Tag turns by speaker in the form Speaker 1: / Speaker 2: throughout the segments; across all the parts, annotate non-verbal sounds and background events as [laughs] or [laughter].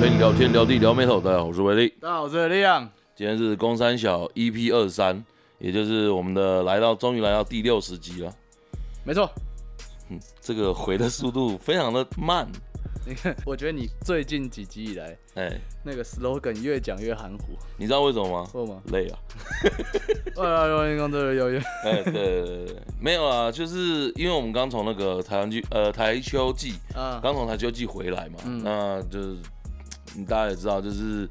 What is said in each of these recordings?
Speaker 1: 陪你聊天聊地聊妹头，大家好，我是维力。
Speaker 2: 大家好，我是李亮。
Speaker 1: 今天是公三小 EP 二三，也就是我们的来到，终于来到第六十集了。
Speaker 2: 没错， [laughs]
Speaker 1: 嗯，这个回的速度非常的慢，
Speaker 2: 你看，我觉得你最近几集以来，
Speaker 1: 哎、
Speaker 2: 那个 slogan 越讲越含糊，
Speaker 1: 你知道为什么吗？
Speaker 2: 会吗？
Speaker 1: 累啊！
Speaker 2: [laughs] 哎呀，有人讲这个有有，
Speaker 1: 哎、对对对 [laughs] 对，没有啊，就是因为我们刚从那个台湾季，呃，台秋季，
Speaker 2: 啊，
Speaker 1: 刚从台球季回来嘛，那就是嗯大家也知道，就是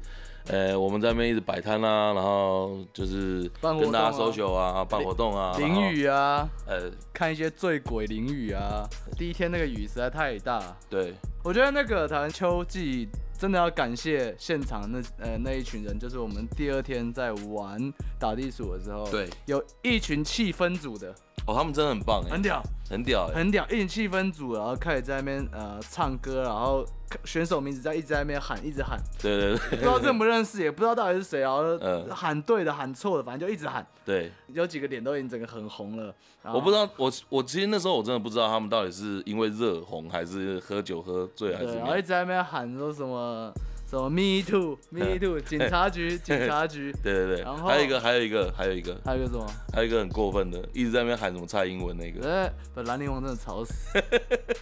Speaker 1: 呃我们在那边一直摆摊啦，然后就是
Speaker 2: 办活
Speaker 1: 跟大家
Speaker 2: 动啊
Speaker 1: social 啊，办活动啊，然后
Speaker 2: 淋雨啊，
Speaker 1: 呃
Speaker 2: 看一些醉鬼淋雨啊。第一天那个雨实在太大，
Speaker 1: 对
Speaker 2: 我觉得那个台湾秋季真的要感谢现场那呃那一群人，就是我们第二天在玩打地鼠的时候，，
Speaker 1: 对，
Speaker 2: 有一群气氛组的，
Speaker 1: 哦他们真的很棒哎、
Speaker 2: 很屌。
Speaker 1: 很屌哎、
Speaker 2: 很屌，一群气氛组，然后开始在那边呃唱歌，然后选手名字在一直在那边喊，一直喊，
Speaker 1: 对对
Speaker 2: 不
Speaker 1: 对
Speaker 2: 知道认不认识，也不知道到底是谁，然后
Speaker 1: 嗯
Speaker 2: 喊对的，喊错的，反正就一直喊， [laughs]
Speaker 1: 对，
Speaker 2: 有几个脸都已经整个很红了。然后
Speaker 1: 我不知道我我其实那时候我真的不知道他们到底是因为热红还是喝酒喝醉还是
Speaker 2: 对，
Speaker 1: 怎
Speaker 2: 然
Speaker 1: 么
Speaker 2: 后一
Speaker 1: 样，
Speaker 2: 直在那边喊说什么什么 me too
Speaker 1: [laughs]
Speaker 2: me too，警察局警察局，
Speaker 1: 对对对，
Speaker 2: 然后
Speaker 1: 还有一个还有一个还有一个
Speaker 2: 还有个什么，
Speaker 1: 还有一个很过分的，一直在那边喊什么蔡英文那个，
Speaker 2: 呃，把兰陵王真的吵死，
Speaker 1: [laughs]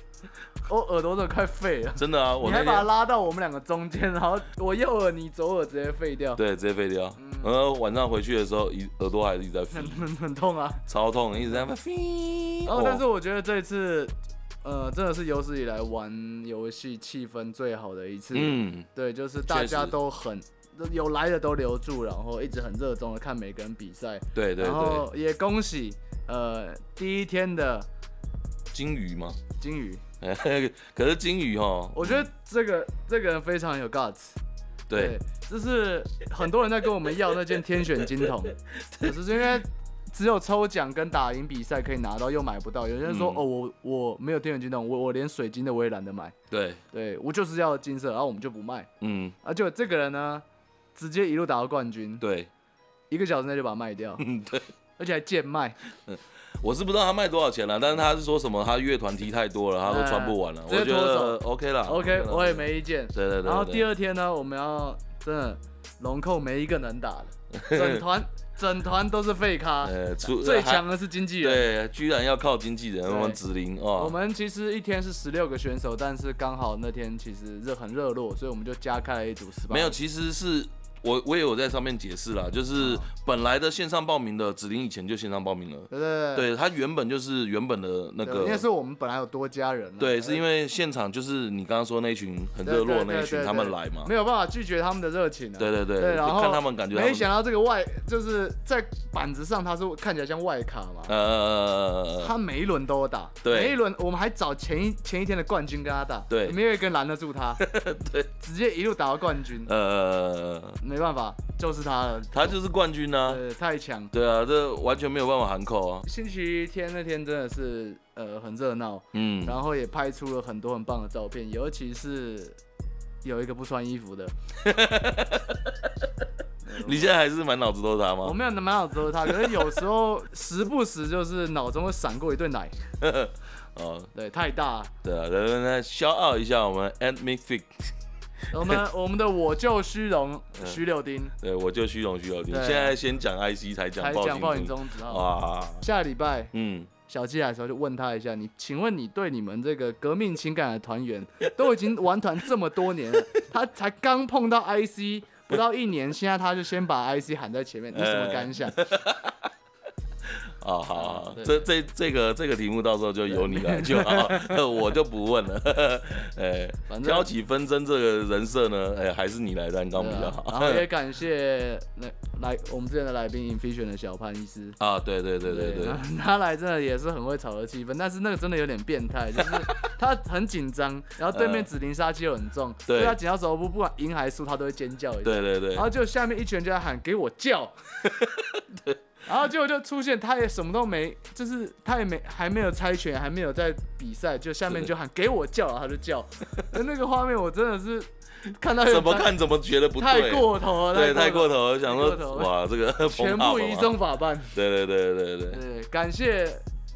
Speaker 2: 我耳朵都快废了。
Speaker 1: 真的啊，我
Speaker 2: 你
Speaker 1: 那
Speaker 2: 还把它
Speaker 1: 天
Speaker 2: 拉到我们两个中间，然后我右耳你左耳直接废掉，
Speaker 1: 对直接废掉，
Speaker 2: 嗯
Speaker 1: 然后晚上回去的时候一耳朵还一直在飞
Speaker 2: [laughs] 很，很很
Speaker 1: [laughs]
Speaker 2: 痛啊。
Speaker 1: 超痛，一直在那边飞，哦
Speaker 2: 然后，哦但是我觉得这一次，呃，真的是有史以来玩游戏气氛最好的一次。，
Speaker 1: 嗯，
Speaker 2: 对，就是大家
Speaker 1: 确实
Speaker 2: 都很有来的都留住，然后一直很热衷的看每个人比赛。
Speaker 1: 对对对，
Speaker 2: 然后也恭喜，呃，第一天的
Speaker 1: 金鱼嘛， [laughs]
Speaker 2: 金鱼，
Speaker 1: 可是金鱼哦，
Speaker 2: 我觉得这个、这个人非常有 guts。
Speaker 1: 对，，
Speaker 2: 就是很多人在跟我们要那件天选金
Speaker 1: [laughs]
Speaker 2: 童，可是因为只有抽奖跟打赢比赛可以拿到，又买不到。有些人说、
Speaker 1: 嗯
Speaker 2: 哦，我我没有天选金童，我我连水晶的我也懒得买，
Speaker 1: 对，
Speaker 2: 对我就是要金色，然后我们就不卖。
Speaker 1: 嗯，
Speaker 2: 啊，就这个人呢，直接一路打到冠军，
Speaker 1: 对，
Speaker 2: 一个小时内就把它卖掉，
Speaker 1: 嗯，对。
Speaker 2: 而且还
Speaker 1: [laughs]
Speaker 2: 贱卖。
Speaker 1: 我是不知道他卖多少钱了，但是他是说什么他乐团踢太多了，他都穿不完了。
Speaker 2: 哎
Speaker 1: 我
Speaker 2: 直接
Speaker 1: 觉
Speaker 2: 脱手
Speaker 1: 得 OK 啦
Speaker 2: OK，
Speaker 1: 啦
Speaker 2: 我也没意见。
Speaker 1: 对对对。
Speaker 2: 然后第
Speaker 1: 二
Speaker 2: 二天呢，我们要真的龙扣没一个能打
Speaker 1: [laughs]
Speaker 2: 的，整团整团都是废咖，
Speaker 1: 呃出
Speaker 2: 最强
Speaker 1: 还
Speaker 2: 的是经纪人。
Speaker 1: 对，居然要靠经纪人帮忙指令哦。
Speaker 2: 我们其实一天是十六个选手，但是刚好那天其实热很热络，所以我们就加开了一组十八。
Speaker 1: 没有，，其实是我我也有在上面解释啦，
Speaker 2: 哦
Speaker 1: 就是本来的线上报名的指令以前就线上报名了，
Speaker 2: 对对对
Speaker 1: 对他原本就是原本的那
Speaker 2: 对因为
Speaker 1: 个。
Speaker 2: 是我们本来有多家人啊，
Speaker 1: 对，是因
Speaker 2: 为
Speaker 1: 为现场就是你刚刚说那一群很热
Speaker 2: 对
Speaker 1: 络
Speaker 2: 对对
Speaker 1: 那一群，
Speaker 2: 对
Speaker 1: 他们
Speaker 2: 对
Speaker 1: 来嘛，
Speaker 2: 没有办法拒绝他们的热情啊。
Speaker 1: 对对对
Speaker 2: 对，
Speaker 1: 就
Speaker 2: 然后
Speaker 1: 看他们感觉他们
Speaker 2: 没想到这个外就是在板子上他是看起来像外卡嘛，
Speaker 1: 呃，
Speaker 2: 他每一轮都有打，
Speaker 1: 对
Speaker 2: 每一轮我们还找前一前一天的冠军跟他打，
Speaker 1: 对
Speaker 2: 没有一个人拦得住他，
Speaker 1: [laughs] 对，
Speaker 2: 直接一路打到冠军，
Speaker 1: 呃，
Speaker 2: 没办法，就是他了，
Speaker 1: 他就是冠军啊呢、
Speaker 2: 呃太强。
Speaker 1: 对啊，这完全没有办法喊口啊。
Speaker 2: 星期天那天真的是呃很热闹，
Speaker 1: 嗯，
Speaker 2: 然后也拍出了很多很棒的照片，尤其是有一个不穿衣服的，
Speaker 1: 你现在还是满脑子都是他
Speaker 2: 我
Speaker 1: 吗？
Speaker 2: 没有满脑子都
Speaker 1: [laughs]
Speaker 2: 是他，可是有时候时不时就是脑中会闪过一对奶，
Speaker 1: 哦，
Speaker 2: 对，太大。
Speaker 1: 对啊，然后呢，消傲一下我们 and m i f i c [laughs]
Speaker 2: 我们我们的我就虚荣
Speaker 1: 嗯
Speaker 2: 徐柳丁
Speaker 1: 对，我就虚荣虚荣，你
Speaker 2: 对啊
Speaker 1: 现在先讲 IC 才讲
Speaker 2: 才
Speaker 1: 报警
Speaker 2: 讲
Speaker 1: 哦
Speaker 2: 报警
Speaker 1: 中，
Speaker 2: 宗旨啊。
Speaker 1: 哇，
Speaker 2: 下礼拜
Speaker 1: 嗯，
Speaker 2: 小季来的时候就问他一下，你请问你对你们这个革命情感的团员，都已经玩团这么多年了，他才刚碰到 IC 不到一年，现在他就先把 IC 喊在前面，你什么
Speaker 1: [laughs]
Speaker 2: 感
Speaker 1: 嗯
Speaker 2: 想？
Speaker 1: 啊，好好，好
Speaker 2: 嗯
Speaker 1: 这
Speaker 2: 对
Speaker 1: 这这个这个题目到时候就由你来就好， [laughs] 我就不问了。 [laughs] 哎，
Speaker 2: 反正
Speaker 1: 挑起纷争这个人设呢，哎，还是你来担当比较好。
Speaker 2: 然后也感谢那来我们之前的来宾 Infusion 的小潘医师。
Speaker 1: 啊，对对对对对，，
Speaker 2: 他来真的也是很会炒的气氛，但是那个真的有点变态，就是他很紧张，然后对
Speaker 1: 嗯
Speaker 2: 面指零杀气又很重，所以他紧到手不不管赢还是输，他都会尖叫一下。
Speaker 1: 对对对
Speaker 2: 然，后就下面一群人就在喊给我
Speaker 1: [laughs]
Speaker 2: 叫，然后结果就出现他也什么都没，就是他也没还没有猜拳，还没有在比赛，就下面就喊给我叫，然后他就叫，那个画面我真的是看到有
Speaker 1: 怎么
Speaker 2: 点
Speaker 1: 看怎么觉得不
Speaker 2: 太
Speaker 1: 对，
Speaker 2: 过头了，
Speaker 1: 对，太过
Speaker 2: 头了，
Speaker 1: 头了，想
Speaker 2: 太过
Speaker 1: 说
Speaker 2: 头了
Speaker 1: 哇，这个
Speaker 2: 全
Speaker 1: 捧
Speaker 2: 部
Speaker 1: 好了
Speaker 2: 移
Speaker 1: 嘛
Speaker 2: 中法办。
Speaker 1: 对对对对对对，
Speaker 2: 对，感谢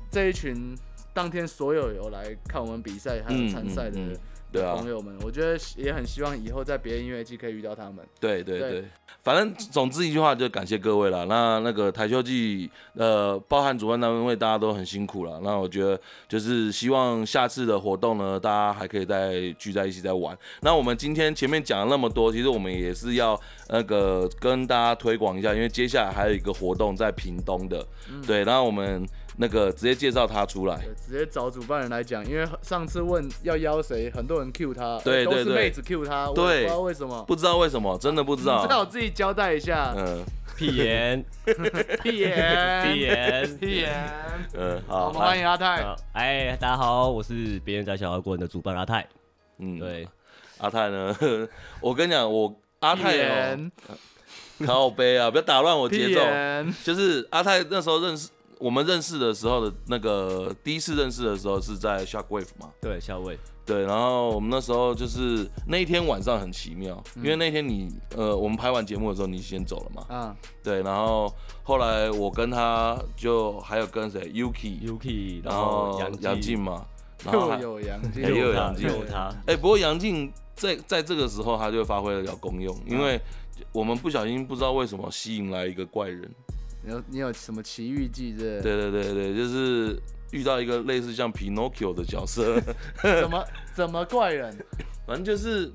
Speaker 2: 这一群当天所有有来看我们比赛还有参赛的
Speaker 1: 嗯嗯嗯对啊
Speaker 2: 朋友们，我觉得也很希望以后在别的音乐季可以遇到他们。
Speaker 1: 对对
Speaker 2: 对
Speaker 1: 对，反正总之一句话就感谢各位了。那那个台球季，呃，包含主办单位，大家都很辛苦了。那我觉得就是希望下次的活动呢，大家还可以再聚在一起再玩。那我们今天前面讲了那么多，其实我们也是要那个跟大家推广一下，因为接下来还有一个活动在屏东的，对，然后我们那个直接介绍它出来。
Speaker 2: 对，直接找主办人来讲，因为上次问要邀谁，很多人 Q 他，哎
Speaker 1: 对
Speaker 2: 都
Speaker 1: 对
Speaker 2: 是
Speaker 1: 对
Speaker 2: 妹子 Q 他，我
Speaker 1: 对
Speaker 2: 也不知道为什么。
Speaker 1: 不知道为什么，真的不知道。
Speaker 2: 知道我自己交代一下，
Speaker 1: 嗯
Speaker 3: 屁
Speaker 1: [laughs]
Speaker 3: 眼，
Speaker 2: 屁眼，
Speaker 3: 屁，眼，
Speaker 2: 屁眼。
Speaker 1: 嗯，
Speaker 2: 好，
Speaker 1: 好，
Speaker 2: 我们欢
Speaker 1: 迎。
Speaker 2: 迎阿泰。
Speaker 3: 好哎，大家好，我是别人家小摇滚的主办阿泰。
Speaker 1: 嗯，
Speaker 3: 对，
Speaker 1: 阿泰呢？ [laughs] 我跟你讲，我阿
Speaker 2: 屁
Speaker 1: 泰哦。
Speaker 2: 眼，
Speaker 1: [laughs] 靠背啊，不要打乱我
Speaker 2: 屁
Speaker 1: 节奏。
Speaker 2: 眼，
Speaker 1: 就是阿泰那时候认识我们认识的时候的那个第一次认识的时候是在 Shockwave 嘛，
Speaker 3: 对，校尉，
Speaker 1: 对，然后我们那时候就是那一天晚上很奇妙，
Speaker 2: 嗯
Speaker 1: 因为那天你呃我们拍完节目的时候你先走了嘛，
Speaker 2: 啊，
Speaker 1: 对，然后后来我跟他就还有跟谁 Yuki，
Speaker 3: Yuki，
Speaker 1: 然
Speaker 3: 然后
Speaker 1: 后
Speaker 3: 哦杨
Speaker 1: 哦杨
Speaker 3: 静
Speaker 1: 静，
Speaker 2: [laughs]
Speaker 1: 嘛，然后
Speaker 2: 又
Speaker 1: 还
Speaker 2: 有杨
Speaker 1: 哎又
Speaker 3: 又
Speaker 2: 静，
Speaker 1: 有
Speaker 3: 有
Speaker 1: 杨
Speaker 3: 他，
Speaker 1: 静
Speaker 3: 又有他，
Speaker 1: 哎、不过杨静在在这个时候他就发挥了了功用，因为我们不小心不知道为什么吸引来一个怪人。
Speaker 2: 你有你有什么奇遇记之类
Speaker 1: 对对对对，就是遇到一个类似像 Pinocchio 的角色， [laughs]
Speaker 2: 的？怎么怎么怪人？
Speaker 1: 反正就是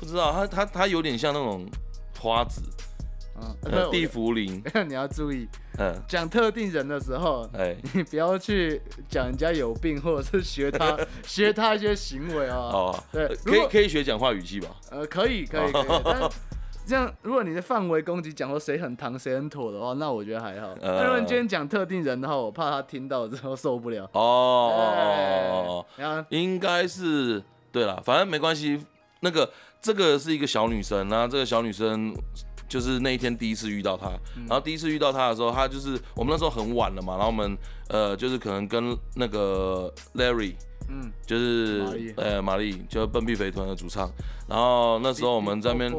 Speaker 1: 不知道他他他有点像那种花子，
Speaker 2: 嗯， [laughs]
Speaker 1: 呃、
Speaker 2: 不
Speaker 1: 地
Speaker 2: 是
Speaker 1: 茯苓，
Speaker 2: 我你要注意，
Speaker 1: 嗯，
Speaker 2: 讲特定人的时候，
Speaker 1: 哎，
Speaker 2: 你不要去讲人家有病，或者是学
Speaker 1: [laughs]
Speaker 2: 他学他一些行为啊。
Speaker 1: 哦，
Speaker 2: 对
Speaker 1: 呃
Speaker 2: 如
Speaker 1: 可
Speaker 2: 果
Speaker 1: 以可以学讲话语气吧？
Speaker 2: 呃，可以，可以，可以。但是这样，如果你的范围攻击讲说谁很糖谁很妥的话，那我觉得还好。
Speaker 1: 呃
Speaker 2: 但如果你今天讲特定人的话，我怕他听到之后受不了。
Speaker 1: 哦哦哦哦哦，
Speaker 2: 哎然后
Speaker 1: 应该是对啦，反正没关系。那个这个是一个小女生，然后这个小女生就是那一天第一次遇到她，
Speaker 2: 嗯
Speaker 1: 然后第一次遇到她的时候，她就是我们那时候很晚了嘛，然后我们呃就是可能跟那个 Larry。
Speaker 2: 嗯，
Speaker 1: 就是
Speaker 2: 玛丽
Speaker 1: 呃，玛丽就是笨屁肥臀的主唱，然后那时候我们在那边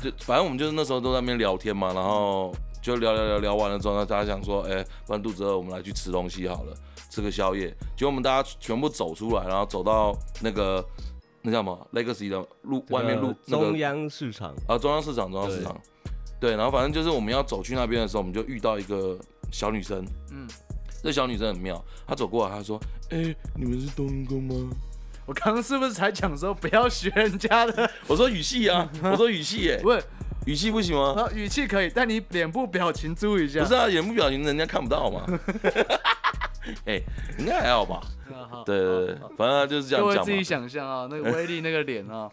Speaker 1: 就反正我们就是那时候都在那边聊天嘛，然后就聊聊聊聊完了之后，呢，大家想说，哎、不然肚子饿，我们来去吃东西好了，吃个宵夜。结果我们大家全部走出来，然后走到那个那叫什么 Legacy 的路外面路
Speaker 3: 这个中
Speaker 1: 那个
Speaker 3: 央市场，
Speaker 1: 啊中央市场中央市场，对，然后反正就是我们要走去那边的时候，我们就遇到一个小女生，
Speaker 2: 嗯，
Speaker 1: 这小女生很妙，她走过来，她说，哎、你们是冬阴功吗？
Speaker 2: 我刚刚是不是才讲说不要学人家的？
Speaker 1: 我说语气啊，我说语气耶、
Speaker 2: 不是，
Speaker 1: 语气不行吗？
Speaker 2: 呃，语气可以，但你脸部表情注意一下。
Speaker 1: 不是啊，眼部表情人家看不到
Speaker 2: [laughs]
Speaker 1: 嘛。哎、应该还好吧？
Speaker 2: 啊，好
Speaker 1: 对对对
Speaker 2: 好好，
Speaker 1: 反正他就是这
Speaker 2: 各位
Speaker 1: 样讲
Speaker 2: 自己
Speaker 1: 嘛。
Speaker 2: 想象啊，那个威力那个脸啊，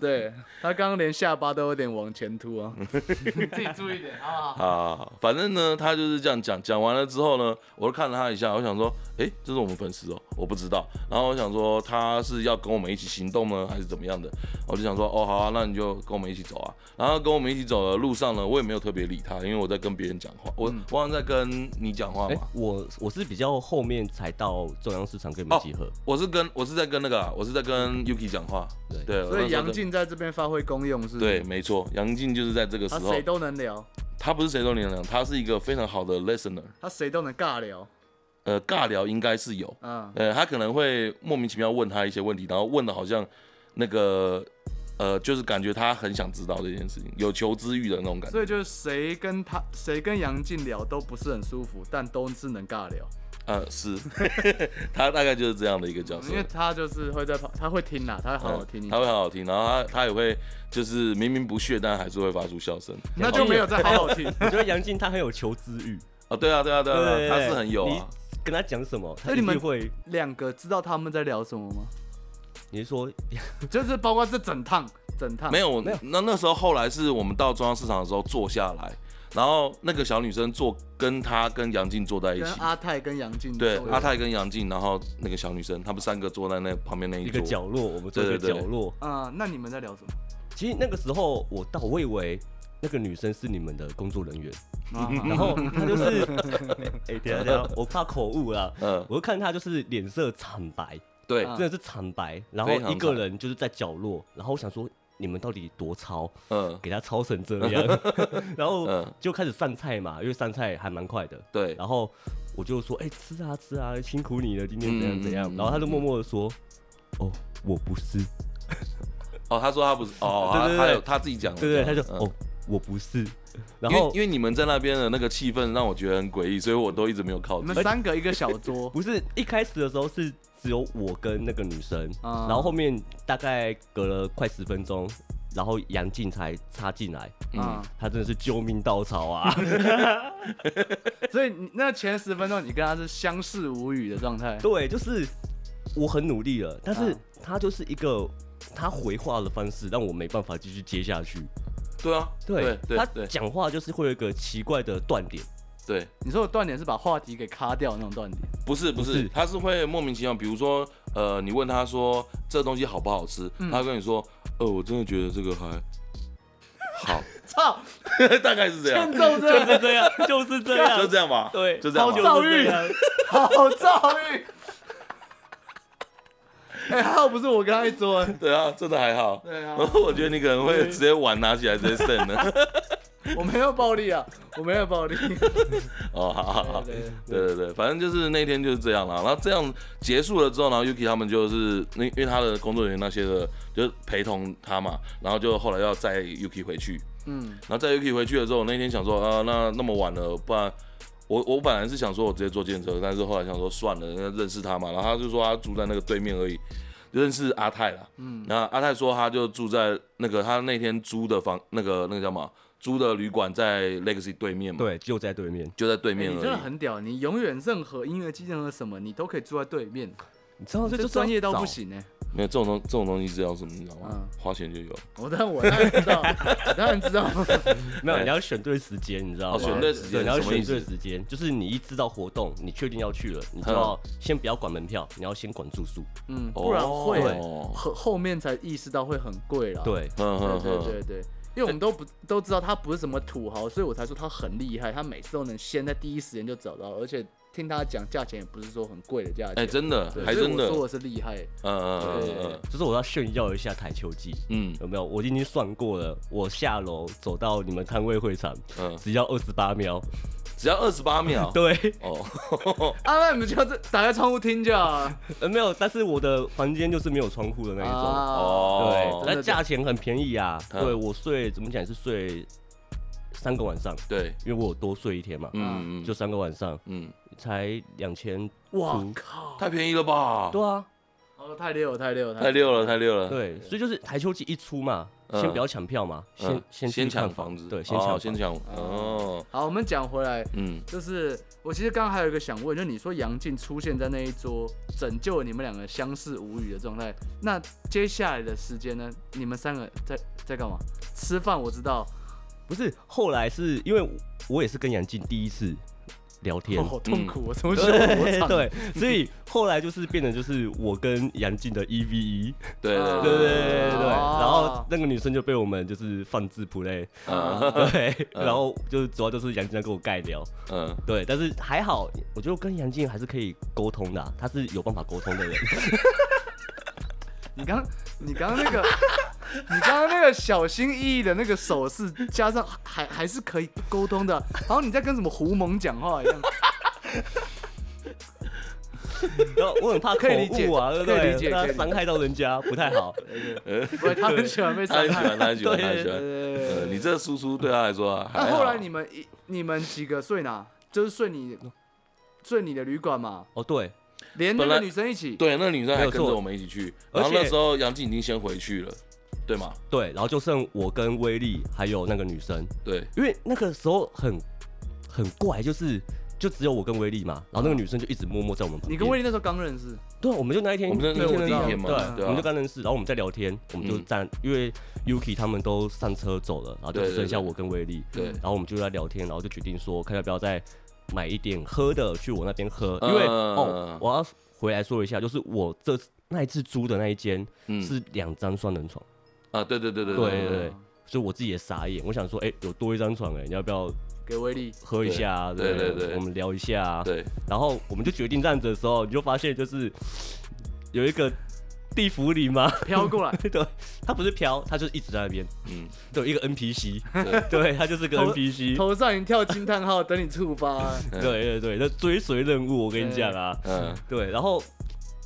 Speaker 2: 对他刚刚连下巴都有点往前凸啊，你自己注意点啊。
Speaker 1: 啊，反正呢，他就是这样讲。讲完了之后呢，我就看了他一下，我想说，哎、这是我们粉丝哦、我不知道。然后我想说，他是要跟我们一起行动呢，还是怎么样的？我就想说，哦，好啊，那你就跟我们一起走啊。然后跟我们一起走的路上呢，我也没有特别理他，因为我在跟别人讲话，我
Speaker 2: 嗯
Speaker 1: 我好像在跟你讲话
Speaker 3: 哎
Speaker 1: 嘛。，
Speaker 3: 我我是比较后面才到中央市场跟你们集合，
Speaker 1: 我是跟我是在跟那个啊、我是在跟 Yuki 讲话，
Speaker 3: 对
Speaker 1: 对，我
Speaker 2: 所
Speaker 1: 那时候
Speaker 2: 以杨
Speaker 1: 在
Speaker 2: 静在这边发挥功用是不是？
Speaker 1: 对，，没错，杨静就是在这个时
Speaker 2: 他
Speaker 1: 候
Speaker 2: 啊谁，都能聊，
Speaker 1: 他不是谁都能讲，他是一个非常好的 listener，
Speaker 2: 他谁都能尬聊，
Speaker 1: 呃，尬聊应该是有，
Speaker 2: 嗯，
Speaker 1: 呃，他可能会莫名其妙问他一些问题，然后问的好像那个呃，就是感觉他很想知道这件事情，有求知欲的那种感觉，
Speaker 2: 所以就是谁跟他谁跟杨静聊都不是很舒服，但都是能尬聊，
Speaker 1: 呃，是，他大概就是 [laughs] 这样的一个角色
Speaker 2: 因。为他就是会在旁，他会听啦，他会好好听你
Speaker 1: 嗯他，会好好听，然后他他也会就是明明不屑，但还嗯是会发出笑声
Speaker 2: 那就没有再好好
Speaker 1: [laughs]
Speaker 2: 听。
Speaker 3: 我觉得杨静她很有求知欲，
Speaker 1: 啊！对啊，对 [laughs] 啊，对啊对
Speaker 3: 对，
Speaker 1: 啊，他是很有啊。
Speaker 3: 你跟她讲什么，她
Speaker 2: 哎
Speaker 3: 一
Speaker 2: 你们
Speaker 3: 定会。
Speaker 2: 两个知道他们在聊什么吗？
Speaker 3: 你是说
Speaker 2: 就是包括这整趟整趟
Speaker 1: 没有
Speaker 3: 没有，
Speaker 1: 那那时候后来是我们到中央市场的时候坐下来，然后那个小女生坐跟她跟杨静坐在一
Speaker 2: 跟
Speaker 1: 起，
Speaker 3: 啊
Speaker 2: 阿泰跟杨静
Speaker 1: 对
Speaker 2: 坐，着
Speaker 1: 阿泰跟杨静，然后那个小女生，他们三个坐在那旁边那
Speaker 3: 一
Speaker 1: 一
Speaker 3: 个
Speaker 1: 桌，
Speaker 3: 角落，我们做一
Speaker 1: 对
Speaker 3: 个
Speaker 1: 对
Speaker 3: 角
Speaker 1: 对
Speaker 3: 落。
Speaker 2: 嗯，那你们在
Speaker 1: [laughs]
Speaker 2: 聊什么？
Speaker 3: 其实那个时候我到，我以为那个女生是你们的工作人员，
Speaker 2: 啊
Speaker 3: 然后她就是， [laughs] 哎、等一下等一下，我怕口误啦。
Speaker 1: 嗯，
Speaker 3: 我就看她就是脸色惨白，
Speaker 1: 对
Speaker 2: 啊
Speaker 3: 真的是惨白，然
Speaker 1: 非
Speaker 3: 后
Speaker 1: 常
Speaker 3: 一个人就是在角落，然后我想说你们到底多糙，
Speaker 1: 嗯
Speaker 3: 给她糙成这
Speaker 1: [laughs]
Speaker 3: 样，然后
Speaker 1: 嗯
Speaker 3: 就开始上菜嘛，因为上菜还蛮快的，
Speaker 1: 对，
Speaker 3: 然后我就说，哎、吃啊吃啊，辛苦你了，今天怎样怎样，
Speaker 1: 嗯
Speaker 3: 然后她就默默的说，哦，我不是，
Speaker 1: 哦，他说他不是，哦，他
Speaker 3: 对对对
Speaker 1: 他有他自己讲的，
Speaker 3: 对对，他就
Speaker 1: 嗯
Speaker 3: 哦，我不是，然
Speaker 1: 因为
Speaker 3: 后
Speaker 1: 因为你们在那边的那个气氛让我觉得很诡异，所以我都一直没有靠
Speaker 2: 我
Speaker 1: 近
Speaker 2: 们。三个一个小桌，
Speaker 3: 不是一开始的时候是只有我跟那个女生，
Speaker 2: 啊
Speaker 3: 然后后面大概隔了快十分钟，然后杨静才插进来，
Speaker 1: 嗯
Speaker 2: 啊，
Speaker 3: 他真的是救命稻草 [laughs] 啊！
Speaker 2: 所以你那前十分钟你跟他是相视无语的状态，
Speaker 3: 对，就是我很努力了，但是
Speaker 2: 啊
Speaker 3: 他就是一个他回话的方式让我没办法继续接下去。
Speaker 1: 对啊，对对
Speaker 3: 他
Speaker 1: 对
Speaker 3: 讲话就是会有一个奇怪的断点，
Speaker 1: 对，
Speaker 2: 你说的断点是把话题给卡掉那种断点，
Speaker 1: 不是不
Speaker 3: 不
Speaker 1: 是
Speaker 3: 是，
Speaker 1: 他是会莫名其妙，比如说，呃，你问他说这东西好不好吃，
Speaker 2: 嗯
Speaker 1: 他会跟你说，呃，我真的觉得这个还好，
Speaker 2: 操，
Speaker 1: 大概是这样
Speaker 2: 欠，揍
Speaker 3: [laughs] 就
Speaker 2: 这
Speaker 3: 是这样， [laughs] 就是
Speaker 1: 就
Speaker 3: 这 [laughs] 样
Speaker 1: 这，样吧，
Speaker 3: 对，
Speaker 1: 就这样
Speaker 2: 好
Speaker 1: 吧。
Speaker 2: 躁
Speaker 3: 就是
Speaker 2: 郁
Speaker 3: 这样
Speaker 2: 好躁郁。 [laughs] 哎，还好不是我跟他一桌，
Speaker 1: 对啊，真的还好。
Speaker 2: 对啊
Speaker 1: 然后我觉得你可能会直接碗拿起来直接剩
Speaker 2: [laughs]
Speaker 1: 了。
Speaker 2: 我没有暴力啊，我没有暴力。
Speaker 1: 哦，好好好。
Speaker 2: 对
Speaker 1: 对对对，反正就是那天就是这样啦。然后这样结束了之后，然后 Yuki 他们就是那因为他的工作人员那些的，就是陪同他嘛，然后就后来要载 Yuki 回去。
Speaker 2: [laughs] 嗯，
Speaker 1: 然后载 Yuki 回去的时候，我那天想说啊，那那么晚了，不然我我本来是想说我直接坐电车，但是后来想说算了，那认识他嘛，然后他就说他住在那个对面而已，就认识阿泰啦。嗯，然后阿泰说他就住在那个他那天租的房，那个那个叫什么？租的旅馆在 Legacy 对面嘛，，
Speaker 3: 对，就在对面。
Speaker 1: 就在对
Speaker 2: 哎
Speaker 1: 面而已。
Speaker 2: 你真的很屌，你永远任何音乐季任何什么，你都可以坐在对面，
Speaker 3: 你知道
Speaker 2: 这
Speaker 3: 就
Speaker 2: 专业到不。行欸 [laughs] 呢。
Speaker 1: 没有这种东这种东西是要什么，你知道吗？
Speaker 2: 嗯
Speaker 1: 花钱就有。
Speaker 2: 我当然我当然知 [laughs] 道，我当然知道。 [laughs]
Speaker 3: [laughs] 没有，
Speaker 1: 对
Speaker 3: 你要选对时间，你知道吗？
Speaker 1: 哦选对时间
Speaker 3: 你要
Speaker 1: 什么意
Speaker 3: 选
Speaker 1: 思嗯
Speaker 3: 对时间，就是你一知道活动，你确定要去了，你就要先不要管门票，你要先管住宿。
Speaker 2: 嗯，不然会
Speaker 1: 哦
Speaker 2: 后后面才意识到会很贵啦。
Speaker 3: 对，
Speaker 1: 嗯
Speaker 2: 对
Speaker 1: 哼
Speaker 2: 对
Speaker 1: 哼，
Speaker 2: 对对，因为我们都不都知道他不是什么土豪，所以我才说他很厉害，他每次都能先在第一时间就找到，而且听他讲价钱也不是说很贵的价钱。
Speaker 1: 哎，真的
Speaker 2: 对，
Speaker 1: 还
Speaker 2: 所以
Speaker 1: 真
Speaker 2: 我
Speaker 1: 的，
Speaker 2: 说
Speaker 1: 嗯
Speaker 2: 我是厉害，
Speaker 1: 嗯
Speaker 2: 对
Speaker 1: 嗯
Speaker 2: 对对
Speaker 1: 嗯
Speaker 3: 就是我要炫耀一下台球季，
Speaker 1: 嗯
Speaker 3: 有没有？我已经算过了，我下楼走到你们摊位会场，
Speaker 1: 嗯嗯，
Speaker 3: 只要二十八秒。
Speaker 1: 哦只要二十八
Speaker 2: [laughs]
Speaker 1: 秒。
Speaker 3: [laughs] 对，
Speaker 1: 哦，
Speaker 2: 啊，那你们就这打开窗户听就好了。
Speaker 3: 呃，没有，但是我的房间就是没有窗户的那一种。
Speaker 1: 哦
Speaker 3: 对，
Speaker 2: 真的
Speaker 3: 那价钱很便宜啊。
Speaker 1: 嗯
Speaker 3: 对我睡怎么讲是睡三个晚上，
Speaker 1: 对，
Speaker 3: 因为我有多睡一天嘛，
Speaker 2: 啊
Speaker 1: 嗯嗯，哦
Speaker 3: 就三个晚上
Speaker 1: 嗯，
Speaker 3: 才两千。
Speaker 2: 哇
Speaker 3: 嗯
Speaker 2: 靠！
Speaker 1: 太便宜了吧？
Speaker 3: 对啊，
Speaker 2: 哦，太溜了，太溜了，
Speaker 1: 太溜了，太溜了。
Speaker 3: 对，所以就是台球季一出嘛，
Speaker 1: 嗯
Speaker 3: 先不要抢票嘛，
Speaker 1: 嗯，
Speaker 3: 先
Speaker 1: 先
Speaker 3: 先去看
Speaker 1: 抢房子，
Speaker 3: 对，先
Speaker 1: 哦
Speaker 3: 抢房
Speaker 1: 先抢。哦，
Speaker 2: 好，我们讲回来，
Speaker 1: 嗯，
Speaker 2: 就是我其实刚刚还有一个想问，就是你说杨静出现在那一桌，拯救了你们两个相视无语的状态。那接下来的时间呢？你们三个在在干嘛？吃饭我知道，
Speaker 3: 不是，后来是因为我我也是跟杨静第一次聊天
Speaker 2: 哦，，
Speaker 3: [laughs]
Speaker 2: 好痛苦，我从小我
Speaker 3: 对
Speaker 2: 场
Speaker 3: 对，所以后来就是变成就是我跟杨静的一 v 一，
Speaker 1: 对
Speaker 2: 啊
Speaker 1: 对
Speaker 3: 对对对对对，
Speaker 2: 哦
Speaker 3: 然后那个女生就被我们就是放置 play，
Speaker 1: [laughs] 嗯
Speaker 3: 对，
Speaker 1: 嗯
Speaker 3: 然后就是主要就是杨静在跟我盖聊，
Speaker 1: 嗯，
Speaker 3: 对，但是还好，我觉得我跟杨静还是可以沟通的啊，她是有办法沟通的人，
Speaker 2: 你刚你刚刚那个。你刚刚那个小心翼翼的那个手势，加上还还是可以沟通的，然后你在跟什么狐獴讲话一样，
Speaker 3: 然后我很怕
Speaker 2: 可
Speaker 3: 口
Speaker 2: 以理解
Speaker 3: 误啊，对不
Speaker 2: 可以
Speaker 3: 对？
Speaker 2: 理解
Speaker 3: 让
Speaker 2: 可以理
Speaker 3: 她
Speaker 2: 解
Speaker 3: 伤害到人家不太
Speaker 2: [laughs]
Speaker 3: 好，
Speaker 2: 对，他很喜欢被伤
Speaker 1: 他
Speaker 2: 害。
Speaker 1: 很喜
Speaker 3: [laughs]
Speaker 1: 欢，他很喜欢，他很喜
Speaker 3: 对
Speaker 2: 对
Speaker 1: 欢。
Speaker 2: 对对对
Speaker 1: 呃，你这个叔叔对他来说啊，还
Speaker 2: 那
Speaker 1: 好
Speaker 2: 后来你们一你们几个睡哪？就是睡你睡你的旅馆嘛，
Speaker 3: 哦对，
Speaker 2: 连那
Speaker 1: 本
Speaker 2: 个
Speaker 1: 来
Speaker 2: 女生一起。
Speaker 1: 对那个女生
Speaker 3: 没
Speaker 1: 还
Speaker 3: 有
Speaker 1: 跟着
Speaker 3: 错
Speaker 1: 我们一起去，
Speaker 3: 而
Speaker 1: 然后那
Speaker 3: 且
Speaker 1: 时候杨静已经先回去了，对吗？
Speaker 3: 对，然后就剩我跟威力还有那个女生，
Speaker 1: 对，
Speaker 3: 因为那个时候很很怪，就是就只有我跟威力嘛，然后那个
Speaker 2: 嗯
Speaker 3: 女生就一直默默在我们旁边。
Speaker 2: 你跟威力那时候刚认识，
Speaker 3: 对啊，我们就那一天，
Speaker 1: 我们
Speaker 3: 那
Speaker 1: 那
Speaker 2: 天
Speaker 3: 的
Speaker 2: 第一
Speaker 1: 天嘛
Speaker 3: 对，
Speaker 1: 对啊嗯
Speaker 3: 我们就刚认识，然后我们在聊天，我们就站，因为 Yuki 他们都上车走了，然后就
Speaker 1: 对
Speaker 3: 只剩下
Speaker 1: 对对
Speaker 3: 我跟威力，
Speaker 1: 对
Speaker 3: 然后我们就在聊天，然后就决定说，看要不要再买一点喝的去我那边喝，因为
Speaker 1: 嗯
Speaker 3: 哦，我要回来说一下，就是我这次那一次租的那一间
Speaker 1: 嗯
Speaker 3: 是两张双人床。
Speaker 1: 啊，对对对对
Speaker 3: 对对对
Speaker 2: 嗯，
Speaker 3: 所以我自己也傻眼，我想说，哎、有多一张床、哎，你要不要
Speaker 2: 给
Speaker 1: [laughs]
Speaker 2: 威力
Speaker 3: 喝一下、啊？
Speaker 1: 对
Speaker 3: 不
Speaker 1: 对对对
Speaker 3: 我们聊一下、啊。，
Speaker 1: 对，
Speaker 3: 然后我们就决定这样子的时候，你就发现就是有一个地府里吗？，
Speaker 2: 飘过来
Speaker 3: [laughs] 对，他不是飘，他就是一直在那边，
Speaker 1: 嗯，
Speaker 3: 对，一个 NPC，
Speaker 1: 对
Speaker 3: 对，他就是个
Speaker 2: 头
Speaker 3: NPC，
Speaker 2: 头上已经跳惊叹号，等你触发。
Speaker 3: 对对对，那追随任务，我跟你讲啊，
Speaker 1: 嗯
Speaker 3: 对，然后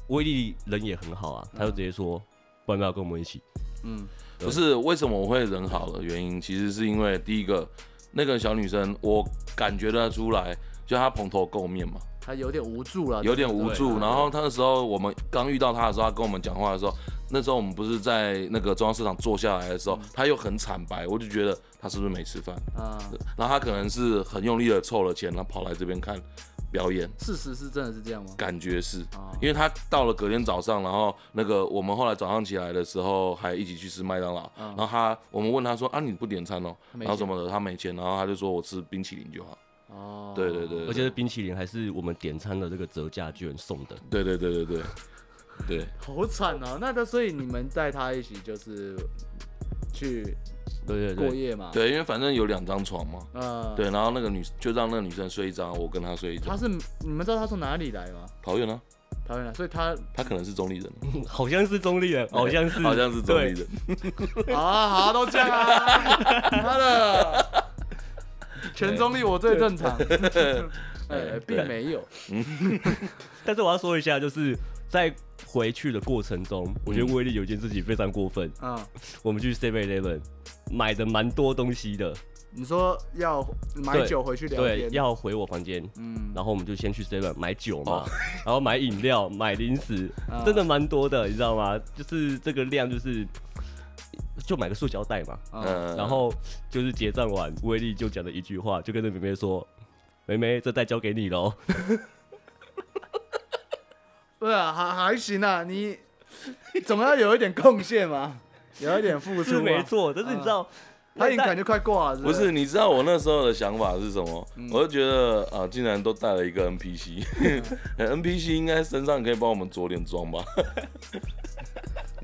Speaker 3: 威力人也很好啊，他就直接说，不然没有跟我们一起。
Speaker 2: 嗯，
Speaker 1: 不是为什么我会人好的原因，其实是因为第一个，那个小女生我感觉得出来，就她蓬头垢面嘛，
Speaker 2: 他有点无助了，
Speaker 1: 有点无助。
Speaker 3: 对
Speaker 1: 然后她那时候我们刚遇到她的时候，她跟我们讲话的时候，那时候我们不是在那个中央市场坐下来的时候，她又很惨白，我就觉得她是不是没吃饭？
Speaker 2: 啊。
Speaker 1: 然后她可能是很用力的凑了钱，然后跑来这边看表演，
Speaker 2: 事实是真的是这样吗？
Speaker 1: 感觉是。
Speaker 2: 啊，
Speaker 1: 因为他到了隔天早上，然后那个我们后来早上起来的时候还一起去吃麦当劳，
Speaker 2: 嗯
Speaker 1: 然后他我们问他说啊你不点餐哦，
Speaker 2: 没
Speaker 1: 然后
Speaker 2: 钱
Speaker 1: 什么的他没钱，然后他就说我吃冰淇淋就好，
Speaker 2: 哦，
Speaker 1: 对对对，
Speaker 3: 而且是冰淇淋还是我们点餐的这个折价券送的，
Speaker 1: 对对对对对对
Speaker 2: 好惨哦。那他所以你们带他一起就是去
Speaker 3: 对对
Speaker 2: 过
Speaker 3: 对，
Speaker 2: 夜嘛？，
Speaker 1: 对，因为反正有两张床嘛，
Speaker 2: 呃，，
Speaker 1: 对，然后那个女就让那个女生睡一张，我跟她睡一
Speaker 2: 他
Speaker 1: 张，
Speaker 2: 是你们知道他从哪里来吗？
Speaker 1: 桃园呢，
Speaker 2: 桃园来，所以他
Speaker 1: 她可能是中立人，
Speaker 3: 好像是中立
Speaker 1: [laughs]
Speaker 3: 人，好哦像是
Speaker 1: 好像是中立
Speaker 3: 对
Speaker 1: 人，
Speaker 2: 好啊，好啊，都这样啊，妈的，全中立我最正常，哎，并没有，
Speaker 3: 但是我要说一下，就是在回去的过程中，我
Speaker 1: 嗯
Speaker 3: 觉得威力有一件事情非常过分。
Speaker 2: 嗯，
Speaker 3: 我们去 Seven Eleven 买的蛮多东西的，
Speaker 2: 你说要买酒回去聊
Speaker 3: 对
Speaker 2: 天，，，
Speaker 3: 要回我房间，
Speaker 2: 嗯，
Speaker 3: 然后我们就先去 Seven 买酒嘛，
Speaker 1: 哦
Speaker 3: 然后买饮料、买零食，
Speaker 2: 啊
Speaker 3: 真的蛮多的，你知道吗？就是这个量，就是就买个塑胶袋嘛，
Speaker 2: 嗯，
Speaker 1: 嗯，
Speaker 3: 哦然后就是结账完，威力就讲了一句话，就跟着妹妹说：“妹妹，这袋交给你喽。
Speaker 2: 不是啊，还还行啊，你总要有一点贡献嘛，有一点”付
Speaker 3: [laughs] 是
Speaker 2: 出，
Speaker 3: 没，错，但是你知道，
Speaker 2: 他已经
Speaker 3: 那
Speaker 2: 感觉快挂了，
Speaker 1: 不是，你知道我那时候的想法是什么？
Speaker 2: 嗯
Speaker 1: 我就觉得啊，竟然都带了一个
Speaker 3: 嗯
Speaker 1: [laughs] NPC，NPC 应该身上可以帮我们着点装吧？ [laughs]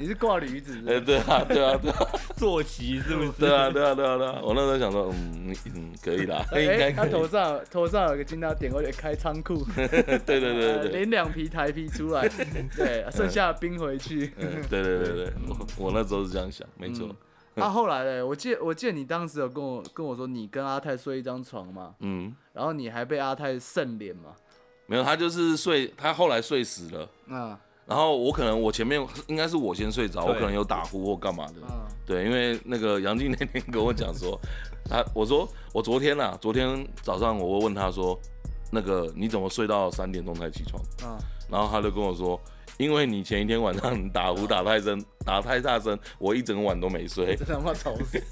Speaker 2: 你是挂驴子是不
Speaker 1: 哎、
Speaker 2: 是，
Speaker 1: 对啊，对啊，对啊，
Speaker 3: 坐骑是不是？
Speaker 1: 对啊，对啊，对啊，对啊！我那时候想说，嗯嗯，可以啦，应
Speaker 2: 哎，
Speaker 1: 该
Speaker 2: 他
Speaker 1: 可以。
Speaker 2: 头上头上有个金大点，我得开仓库，
Speaker 3: 哎
Speaker 1: 对对对
Speaker 2: 呃
Speaker 1: 对对，
Speaker 2: 连两皮台皮出
Speaker 1: [laughs]
Speaker 2: 来，对，剩下的冰回去。
Speaker 1: 嗯对对对对，我我那时候是这样想，没错。
Speaker 2: 啊，后来嘞，我记得我记得你当时有跟我跟我说，你跟阿泰睡一张床嘛，
Speaker 1: 嗯，
Speaker 2: 然后你还被阿泰扇脸嘛，
Speaker 1: 没有，他就是睡，他后来睡死了。
Speaker 2: 啊
Speaker 1: 然后我可能我前面应该是我先睡着，我
Speaker 3: 对
Speaker 1: 可能有打呼或干嘛的。
Speaker 2: 啊
Speaker 1: 对，因为那个杨静那天跟我讲说，他我说我昨天啊，昨天早上我问他说，那个你怎么睡到三点钟才起床？
Speaker 2: 啊！
Speaker 1: 然后他就跟我说，因为你前一天晚上打呼打太深，打太大声，我一整晚都没睡，
Speaker 2: 真他妈吵死！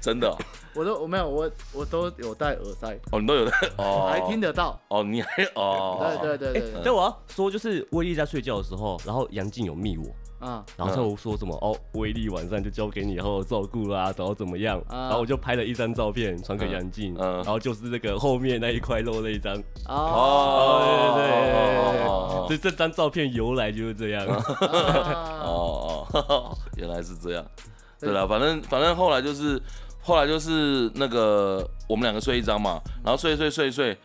Speaker 1: 真的哦，
Speaker 2: 我都我没有我我都有戴耳塞，
Speaker 1: 哦你都有在哦，
Speaker 2: 还听得到。
Speaker 1: 哦，你还哦，
Speaker 2: 对对对
Speaker 3: 哎
Speaker 2: 对，对，
Speaker 3: 但我要说，就是威力在睡觉的时候，然后杨静有密我，
Speaker 2: 啊
Speaker 3: 然
Speaker 1: 嗯
Speaker 3: 后就说什么、哦，威力晚上就交给你好好照顾啦、然后怎么样？
Speaker 2: 啊
Speaker 3: 然后我就拍了一张照片传给杨静，
Speaker 1: 嗯嗯
Speaker 3: 然后就是那个后面那一块肉那一张，
Speaker 1: 哦
Speaker 3: 哦，对对对
Speaker 1: 哦啊
Speaker 3: 所以这张照片由来就是这样。
Speaker 2: 啊
Speaker 1: 哦哦，原来是这样。对了，反正反正后来就是后来就是那个我们两个睡一张嘛，然后睡睡睡睡，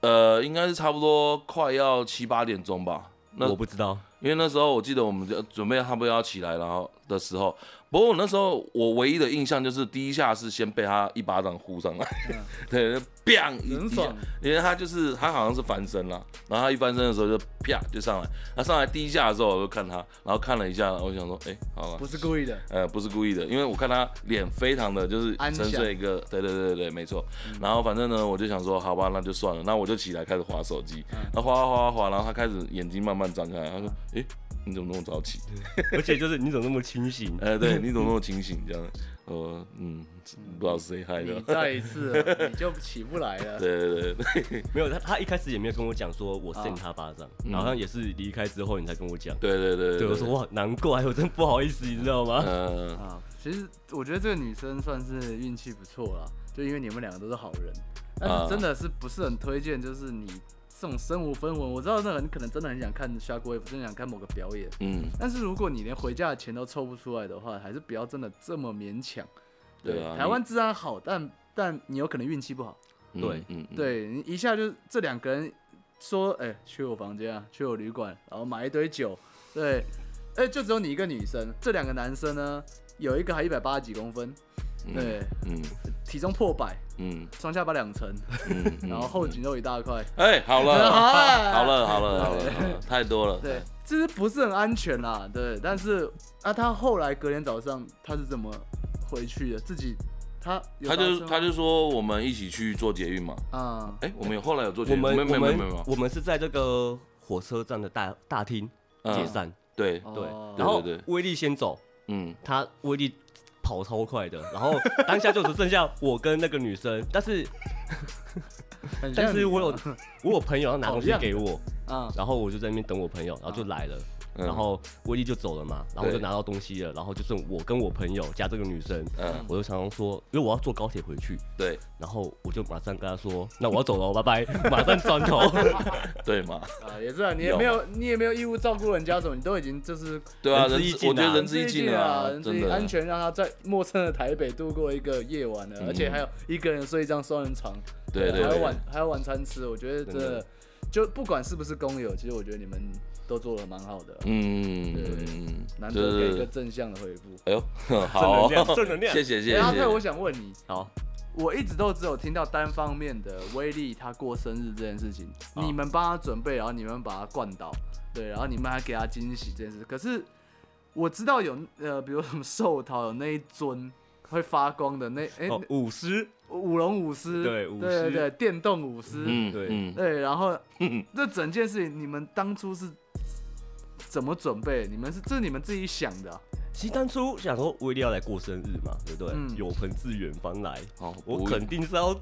Speaker 1: 呃，应该是差不多快要七八点钟吧。那
Speaker 3: 我不知道，
Speaker 1: 因为那时候我记得我们就准备差不多要起来，然后的时候，不过我那时候我唯一的印象就是第一下是先被他一巴掌呼上来， [laughs] 对，砰一
Speaker 2: 很
Speaker 1: 一下
Speaker 2: 爽，
Speaker 1: 因为他就是他好像是翻身了，然后他一翻身的时候就啪就上来，他上来第一下的时候我就看他，然后看了一下，我想说，哎、好了
Speaker 2: 不。是故意的，
Speaker 1: 呃，不是故意的，因为我看他脸非常的就是
Speaker 2: 安详嗯
Speaker 1: 沉睡一个，对对对对对，没错。然后反正呢，我就想说，好吧，那就算了，那我就起来开始划手机，
Speaker 2: 嗯
Speaker 1: 那划划划划划，然后他开始眼睛慢慢张开，他说，诶，你怎么那么早起？ [laughs]
Speaker 3: 而且就是你怎么那么清醒？
Speaker 1: 哎，对，你怎么那么清醒？这样，呃，嗯，不知道谁害
Speaker 2: 你
Speaker 1: 的。
Speaker 2: 再一次了你就起不来了。
Speaker 1: [laughs] 对对对对
Speaker 3: 没有他，他一开始也没有跟我讲说我扇
Speaker 2: 啊
Speaker 3: 他巴掌，然后好像也是离开之后你才跟我讲。
Speaker 1: 对对嗯对
Speaker 3: 对，我说哇，难怪，我真不好意思，你知道吗？
Speaker 1: 嗯，
Speaker 2: 啊，其实我觉得这个女生算是运气不错啦，就因为你们两个都是好人，但
Speaker 1: 啊
Speaker 2: 是真的是不是很推荐，就是你这种身无分文，我知道那很可能真的很想看 Shark Wave，真的想看某个表演，
Speaker 1: 嗯，
Speaker 2: 但是如果你连回家的钱都凑不出来的话，还是不要真的这么勉强。
Speaker 1: 对啊，
Speaker 2: 台湾治安好，但但你有可能运气不好，
Speaker 1: 你，
Speaker 3: 对
Speaker 1: 嗯，嗯，
Speaker 2: 对你一下就这两个人说，哎、去我房间啊，去我旅馆，然后买一堆酒，对，哎、就只有你一个女生，这两个男生呢，有一个还一百八十几公分，
Speaker 1: 嗯
Speaker 2: 对，
Speaker 1: 嗯
Speaker 2: 体重破百，
Speaker 1: 嗯
Speaker 2: 双下巴两层，
Speaker 1: 嗯，嗯
Speaker 2: 然后后颈肉一大块，
Speaker 1: 哎，好了，
Speaker 2: [laughs] 好了
Speaker 1: 好了，好了，好了，好了太多了。
Speaker 2: [laughs] 对，这是不是很安全啦？对，但是啊，他后来隔天早上他是怎么回去的？自己他有
Speaker 1: 他
Speaker 2: 发
Speaker 1: 就
Speaker 2: 生
Speaker 1: 他就说我们一起去做捷运嘛，
Speaker 2: 啊、
Speaker 1: 哎，我们有后来有做捷
Speaker 3: 我
Speaker 1: 运，没
Speaker 3: 们
Speaker 1: 有没有没
Speaker 3: 我
Speaker 1: 有没
Speaker 3: 们
Speaker 1: 有，
Speaker 3: 我们是在这个火车站的大大厅解
Speaker 1: 嗯，
Speaker 3: 散，
Speaker 1: 对，
Speaker 2: 哦
Speaker 3: 对
Speaker 2: 对，
Speaker 3: 然后
Speaker 1: 对对
Speaker 3: 威力先走，
Speaker 1: 嗯，
Speaker 3: 他威力跑超快的，然后当下就只剩下我跟那个女生，但是
Speaker 2: 很像
Speaker 3: 但是
Speaker 2: 你
Speaker 3: 我有 [laughs]
Speaker 2: 啊
Speaker 3: 我有朋友要拿东西给我，
Speaker 2: 啊
Speaker 3: 然后我就在那边等我朋友，然后就来了。
Speaker 1: 嗯
Speaker 3: 然后威力就走了嘛，然后我就
Speaker 1: 对
Speaker 3: 拿到东西了，然后就剩我跟我朋友加这个女生，
Speaker 1: 嗯，
Speaker 3: 我就常常说，因为我要坐高铁回去，
Speaker 1: 对
Speaker 3: 然后我就马上跟他说，那我要走了哦，拜 [laughs] 拜，马上转头。
Speaker 1: 对
Speaker 3: [laughs]
Speaker 1: 嘛，
Speaker 2: 啊，也是啊，你也没有你也没有义务照顾人家什么，你都已经就是
Speaker 1: 对啊，
Speaker 3: 仁
Speaker 1: 人
Speaker 3: 至义
Speaker 1: 之
Speaker 3: 尽
Speaker 1: 我觉得
Speaker 3: 啊
Speaker 1: 人
Speaker 2: 仁
Speaker 1: 之
Speaker 2: 至
Speaker 1: 义
Speaker 2: 义
Speaker 1: 尽
Speaker 2: 啊，
Speaker 1: 啊，
Speaker 2: 仁至
Speaker 1: 真
Speaker 2: 义
Speaker 1: 的
Speaker 2: 安全让他在陌生的台北度过一个夜晚了，而且还有一个人睡一张双人床，
Speaker 1: 嗯对对
Speaker 2: 还有
Speaker 1: 对
Speaker 2: 晚还有晚餐吃，我觉得真
Speaker 3: 真
Speaker 2: 的
Speaker 3: 的
Speaker 2: 就不管是不是工友，其实我觉得你们都做的蛮好的，
Speaker 1: 嗯，
Speaker 2: 对
Speaker 1: 嗯
Speaker 2: 难
Speaker 1: 就
Speaker 2: 得给一个
Speaker 1: 是
Speaker 2: 正向的回复。
Speaker 1: 哎呦， [laughs]
Speaker 3: 正
Speaker 1: 好 [laughs]
Speaker 3: 能，量，正能量。
Speaker 1: 谢谢谢
Speaker 2: 哎阿
Speaker 1: 谢
Speaker 2: 佩，，我想问你，
Speaker 3: 好，
Speaker 2: 我一直都只有听到单方面的威力他过生日这件事情，
Speaker 3: 啊
Speaker 2: 你们帮他准备，然后你们把他灌倒，对，然后你们还给他惊喜这件事。可是我知道有呃，比如什么寿桃有那一尊会发光的那哎、
Speaker 3: 哦，舞狮，
Speaker 2: 舞龙舞狮，
Speaker 3: 对舞
Speaker 2: 对对
Speaker 3: 狮
Speaker 2: 对，电动舞狮，
Speaker 1: 嗯
Speaker 3: 对
Speaker 1: 嗯，
Speaker 2: 对，然后 [laughs]
Speaker 1: 嗯
Speaker 2: 这整件事情你们当初是怎么准备？你们是这是你们自己想的啊、
Speaker 3: 其实当初想说威力要来过生日嘛，对不对？
Speaker 2: 嗯
Speaker 3: 有朋自远方来，
Speaker 1: 好，
Speaker 3: 我
Speaker 1: 不
Speaker 3: 肯定是要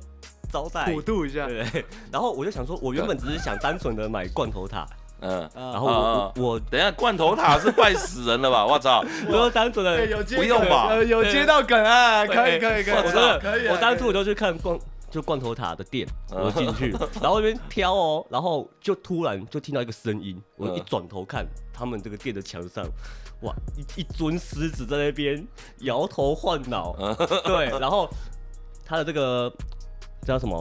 Speaker 3: 招待。
Speaker 2: 普渡一下，
Speaker 3: 哎 [laughs] 对，然后我就想说，我原本只是想单纯的买罐头塔，
Speaker 1: 嗯，
Speaker 2: 啊
Speaker 3: 然后我我我
Speaker 1: 等一下罐头塔是拜死人了吧？ [laughs] 我操，
Speaker 3: 我就单纯
Speaker 2: 对，
Speaker 3: 的，
Speaker 2: 哎有接
Speaker 1: 不用吧
Speaker 2: 梗呃有接到梗啊，[laughs]
Speaker 3: 对哎
Speaker 2: 可以可以可以，
Speaker 3: 我真
Speaker 2: 啊可以
Speaker 3: 的，
Speaker 2: 啊。
Speaker 3: 我当初
Speaker 2: 可
Speaker 3: 我
Speaker 2: 以
Speaker 3: 就去看罐就罐头塔的店，
Speaker 1: 嗯
Speaker 3: 我就进去，然后那边挑哦，然后就突然就听到一个声音，我
Speaker 1: 嗯
Speaker 3: 一转头看，他们这个店的墙上，哇，一一尊狮子在那边摇头晃脑，
Speaker 2: 嗯
Speaker 3: [laughs] 对，然后他的这个叫什么，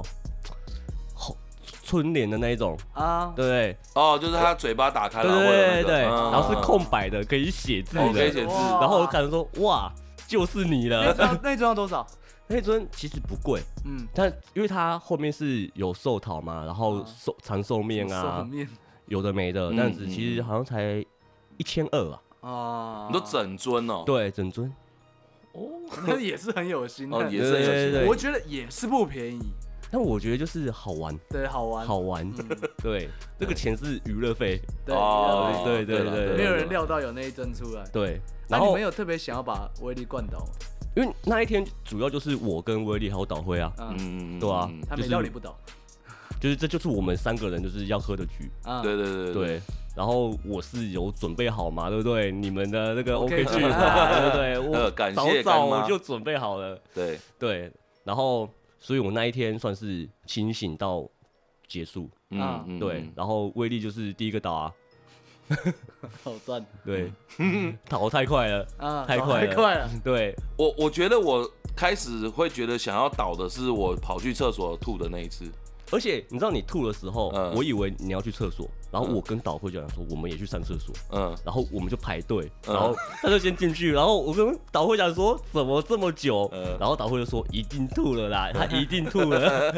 Speaker 3: 后春联的那一种，
Speaker 2: 啊，
Speaker 3: 对不对？
Speaker 1: 哦，就是他嘴巴打开，
Speaker 3: 对
Speaker 1: 然后会有那
Speaker 3: 对对
Speaker 1: 个
Speaker 3: 对，
Speaker 1: 嗯
Speaker 3: 然后是空白的，可以写字
Speaker 1: 哦可以
Speaker 3: 的，
Speaker 1: 写字
Speaker 2: 哇
Speaker 3: 然后我就看说，哇，就是你
Speaker 2: 那
Speaker 3: 了。
Speaker 1: [laughs]
Speaker 2: 一张那 [laughs] 一张要多少？
Speaker 3: 那尊其实不贵，
Speaker 2: 嗯，
Speaker 3: 但因为它后面是有寿桃嘛，然后
Speaker 2: 啊
Speaker 3: 寿长寿面
Speaker 2: 手
Speaker 3: 啊，
Speaker 2: 面
Speaker 3: 有的没的，
Speaker 1: 嗯
Speaker 3: 那样子其实好像才一千二啊，
Speaker 2: 啊，
Speaker 1: 你都，整尊哦，
Speaker 3: 对，整尊。
Speaker 2: [laughs] 那也是很有心的，
Speaker 1: 哦也是很有
Speaker 3: 对对
Speaker 1: 心
Speaker 3: 对
Speaker 1: 的，
Speaker 2: 我觉得也是不便宜，
Speaker 3: 但我觉得就是好玩，
Speaker 2: 对，好玩，
Speaker 1: [laughs]
Speaker 3: 好玩，
Speaker 2: 嗯，
Speaker 3: 对，这个钱是娱乐费，
Speaker 2: 对，
Speaker 1: 哦
Speaker 2: 对
Speaker 3: 对对
Speaker 1: 对
Speaker 3: 对
Speaker 1: 啦
Speaker 2: 没有
Speaker 1: 对
Speaker 2: 人
Speaker 1: 啦
Speaker 2: 料到有那一帧出来。
Speaker 3: 对。
Speaker 2: 那
Speaker 3: 然
Speaker 2: 你
Speaker 3: 后
Speaker 2: 们，有特别想要把威力灌倒吗？
Speaker 3: 因为那一天主要就是我跟威力还有导辉啊，
Speaker 2: 嗯，
Speaker 1: 嗯，
Speaker 3: 对啊
Speaker 1: 嗯
Speaker 2: 他
Speaker 3: 就
Speaker 2: 没
Speaker 3: 是
Speaker 2: 料理不倒
Speaker 3: 就是这就是我们三个人就是要喝的局，
Speaker 2: 啊，
Speaker 1: 对对对
Speaker 3: 对。然后我是有准备好嘛，对不对？你们的那个
Speaker 2: OK
Speaker 3: OK 剧
Speaker 2: 剧
Speaker 3: 嘛，
Speaker 1: [laughs]
Speaker 3: 对不对？我
Speaker 1: 呃感
Speaker 3: 早
Speaker 1: 谢
Speaker 3: 早
Speaker 1: 干妈
Speaker 3: 我就准备好了，
Speaker 1: 对，
Speaker 3: 对。然后，所以我那一天算是清醒到结束，
Speaker 2: 啊
Speaker 1: 嗯嗯，
Speaker 3: 对。然后威力就是第一个倒啊，
Speaker 2: 好赞
Speaker 3: 对，
Speaker 1: 嗯
Speaker 3: [laughs] 倒太快了，
Speaker 2: 啊，
Speaker 3: 太快了
Speaker 2: 太快了，
Speaker 3: 对，
Speaker 1: 我我觉得我开始会觉得想要倒的是我跑去厕所吐的那一次，
Speaker 3: 而且你知道你吐的时候，
Speaker 1: 嗯
Speaker 3: 我以为你要去厕所，然后我跟导会就讲说，我们也去上厕所，
Speaker 1: 嗯，
Speaker 3: 然后我们就排队，
Speaker 1: 嗯
Speaker 3: 然后他就先进去，然后我跟导会讲说，怎么这么久？
Speaker 1: 嗯
Speaker 3: 然后导会就说一定吐了啦，他一定吐了。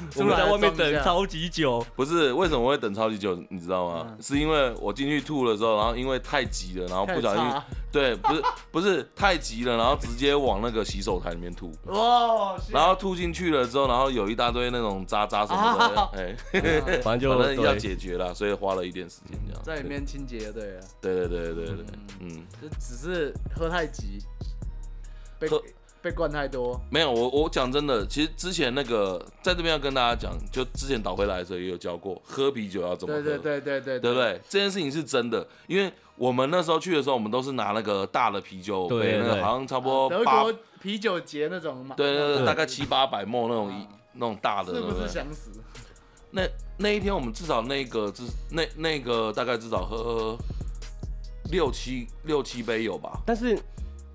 Speaker 3: 我
Speaker 2: 出
Speaker 3: 们
Speaker 2: 来
Speaker 3: 在外面
Speaker 2: 装一
Speaker 3: 等
Speaker 2: 下
Speaker 3: 超级久，
Speaker 1: 不是为什么我会等超级久，你知道吗？
Speaker 2: 嗯
Speaker 1: 是因为我进去吐的时候，然后因为太急了，然后不小
Speaker 2: 太
Speaker 1: 心
Speaker 2: 差，
Speaker 1: [laughs] 对，不是不是太急了，然后直接往那个洗手台里面吐。
Speaker 2: 哇，
Speaker 1: 然后吐进去了之后，然后有一大堆那种渣渣什么的
Speaker 2: 啊，
Speaker 1: 哎、
Speaker 2: 啊
Speaker 3: 反正就
Speaker 1: 反正要
Speaker 3: 对
Speaker 1: 解决了，所以花了一点时间这样。
Speaker 2: 在里面清洁就对了，
Speaker 1: 对对对对对对，嗯，
Speaker 2: 就只是喝太急，被
Speaker 1: 喝
Speaker 2: 被灌太多，
Speaker 1: 没有，我我讲真的，其实之前那个在这边要跟大家讲，就之前倒回来的时候也有教过，喝啤酒要怎么喝，
Speaker 2: 对对对对对
Speaker 1: 对不对？这件事情是真的，因为我们那时候去的时候，我们都是拿那个大的啤酒
Speaker 3: 对
Speaker 1: 杯，
Speaker 3: 对
Speaker 1: 那个好像差不
Speaker 2: 啊德
Speaker 1: 多八，
Speaker 2: 国啤酒节那种嘛，
Speaker 1: 哦对对对，
Speaker 3: 对
Speaker 1: 大概七八百沫那种一
Speaker 2: 啊
Speaker 1: 那种大的，
Speaker 2: 是
Speaker 1: 对
Speaker 2: 不
Speaker 1: 不
Speaker 2: 是
Speaker 1: 对？
Speaker 2: 想死？
Speaker 1: 那那一天我们至少那个至那那个大概至少喝六七六七杯有吧？
Speaker 3: 但是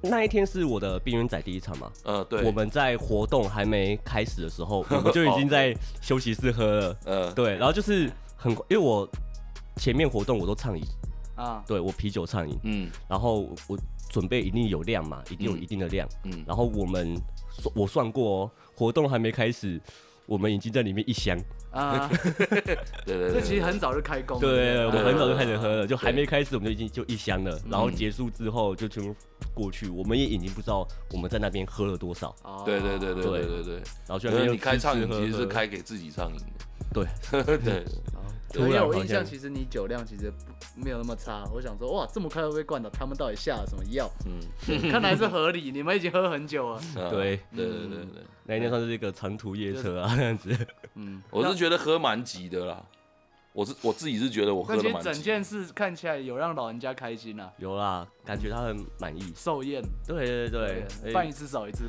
Speaker 3: 那一天是我的冰原仔第一场嘛，
Speaker 1: 呃，对，
Speaker 3: 我们在活动还没开始的时候，我们就已经在休息室喝了。
Speaker 1: 呃，
Speaker 3: 对，然后就是很，因为我前面活动我都畅饮，
Speaker 2: 啊，
Speaker 3: 对我啤酒畅饮，
Speaker 1: 嗯
Speaker 3: 然后我我准备一定有量嘛，一定有
Speaker 1: 嗯
Speaker 3: 一定的量，
Speaker 1: 嗯，
Speaker 3: 然后我们我算过哦，活动还没开始，我们已经在里面一箱，
Speaker 2: 啊，
Speaker 1: 对对
Speaker 2: 这
Speaker 1: 对，
Speaker 2: 其实很早就开工了。
Speaker 3: 对，我们很早就开始喝了，就还
Speaker 1: 对嗯
Speaker 3: 没开始我们就已经就一箱了，然后结束之后就全部过去，我们也已经不知道我们在那边喝了多少，
Speaker 2: 哦
Speaker 1: 对对对对对对对。
Speaker 3: 然后居
Speaker 1: 可
Speaker 3: 然
Speaker 1: 是
Speaker 3: 又
Speaker 1: 你开畅饮其实是
Speaker 3: 喝
Speaker 1: 开给自己畅饮的， [laughs]
Speaker 3: 对， [laughs]
Speaker 1: 对，
Speaker 2: 而且
Speaker 3: 突然
Speaker 2: 我
Speaker 3: 好
Speaker 2: 哦印象
Speaker 3: 像
Speaker 2: 其实你酒量其实不没有那么差，我想说哇，这么快就被灌倒，他们到底下了什么药？嗯， [laughs] 看来是合理，你们已经喝很久了。
Speaker 1: 啊
Speaker 3: 对嗯
Speaker 1: 对对对对，
Speaker 3: 那一天算是一个长途夜车啊，这样子，
Speaker 2: 嗯，
Speaker 1: 我是觉得喝蛮急的啦，我是我自己是觉得我喝
Speaker 2: 但其
Speaker 1: 的
Speaker 2: 实
Speaker 1: 蛮
Speaker 2: 整
Speaker 1: 急
Speaker 2: 件事看起来有让老人家开心啊，
Speaker 3: 有啦，感觉他很满意，
Speaker 2: 寿宴，
Speaker 3: 对对对哎对，
Speaker 2: 办
Speaker 3: 而
Speaker 2: 一
Speaker 3: 且
Speaker 2: 次少一次。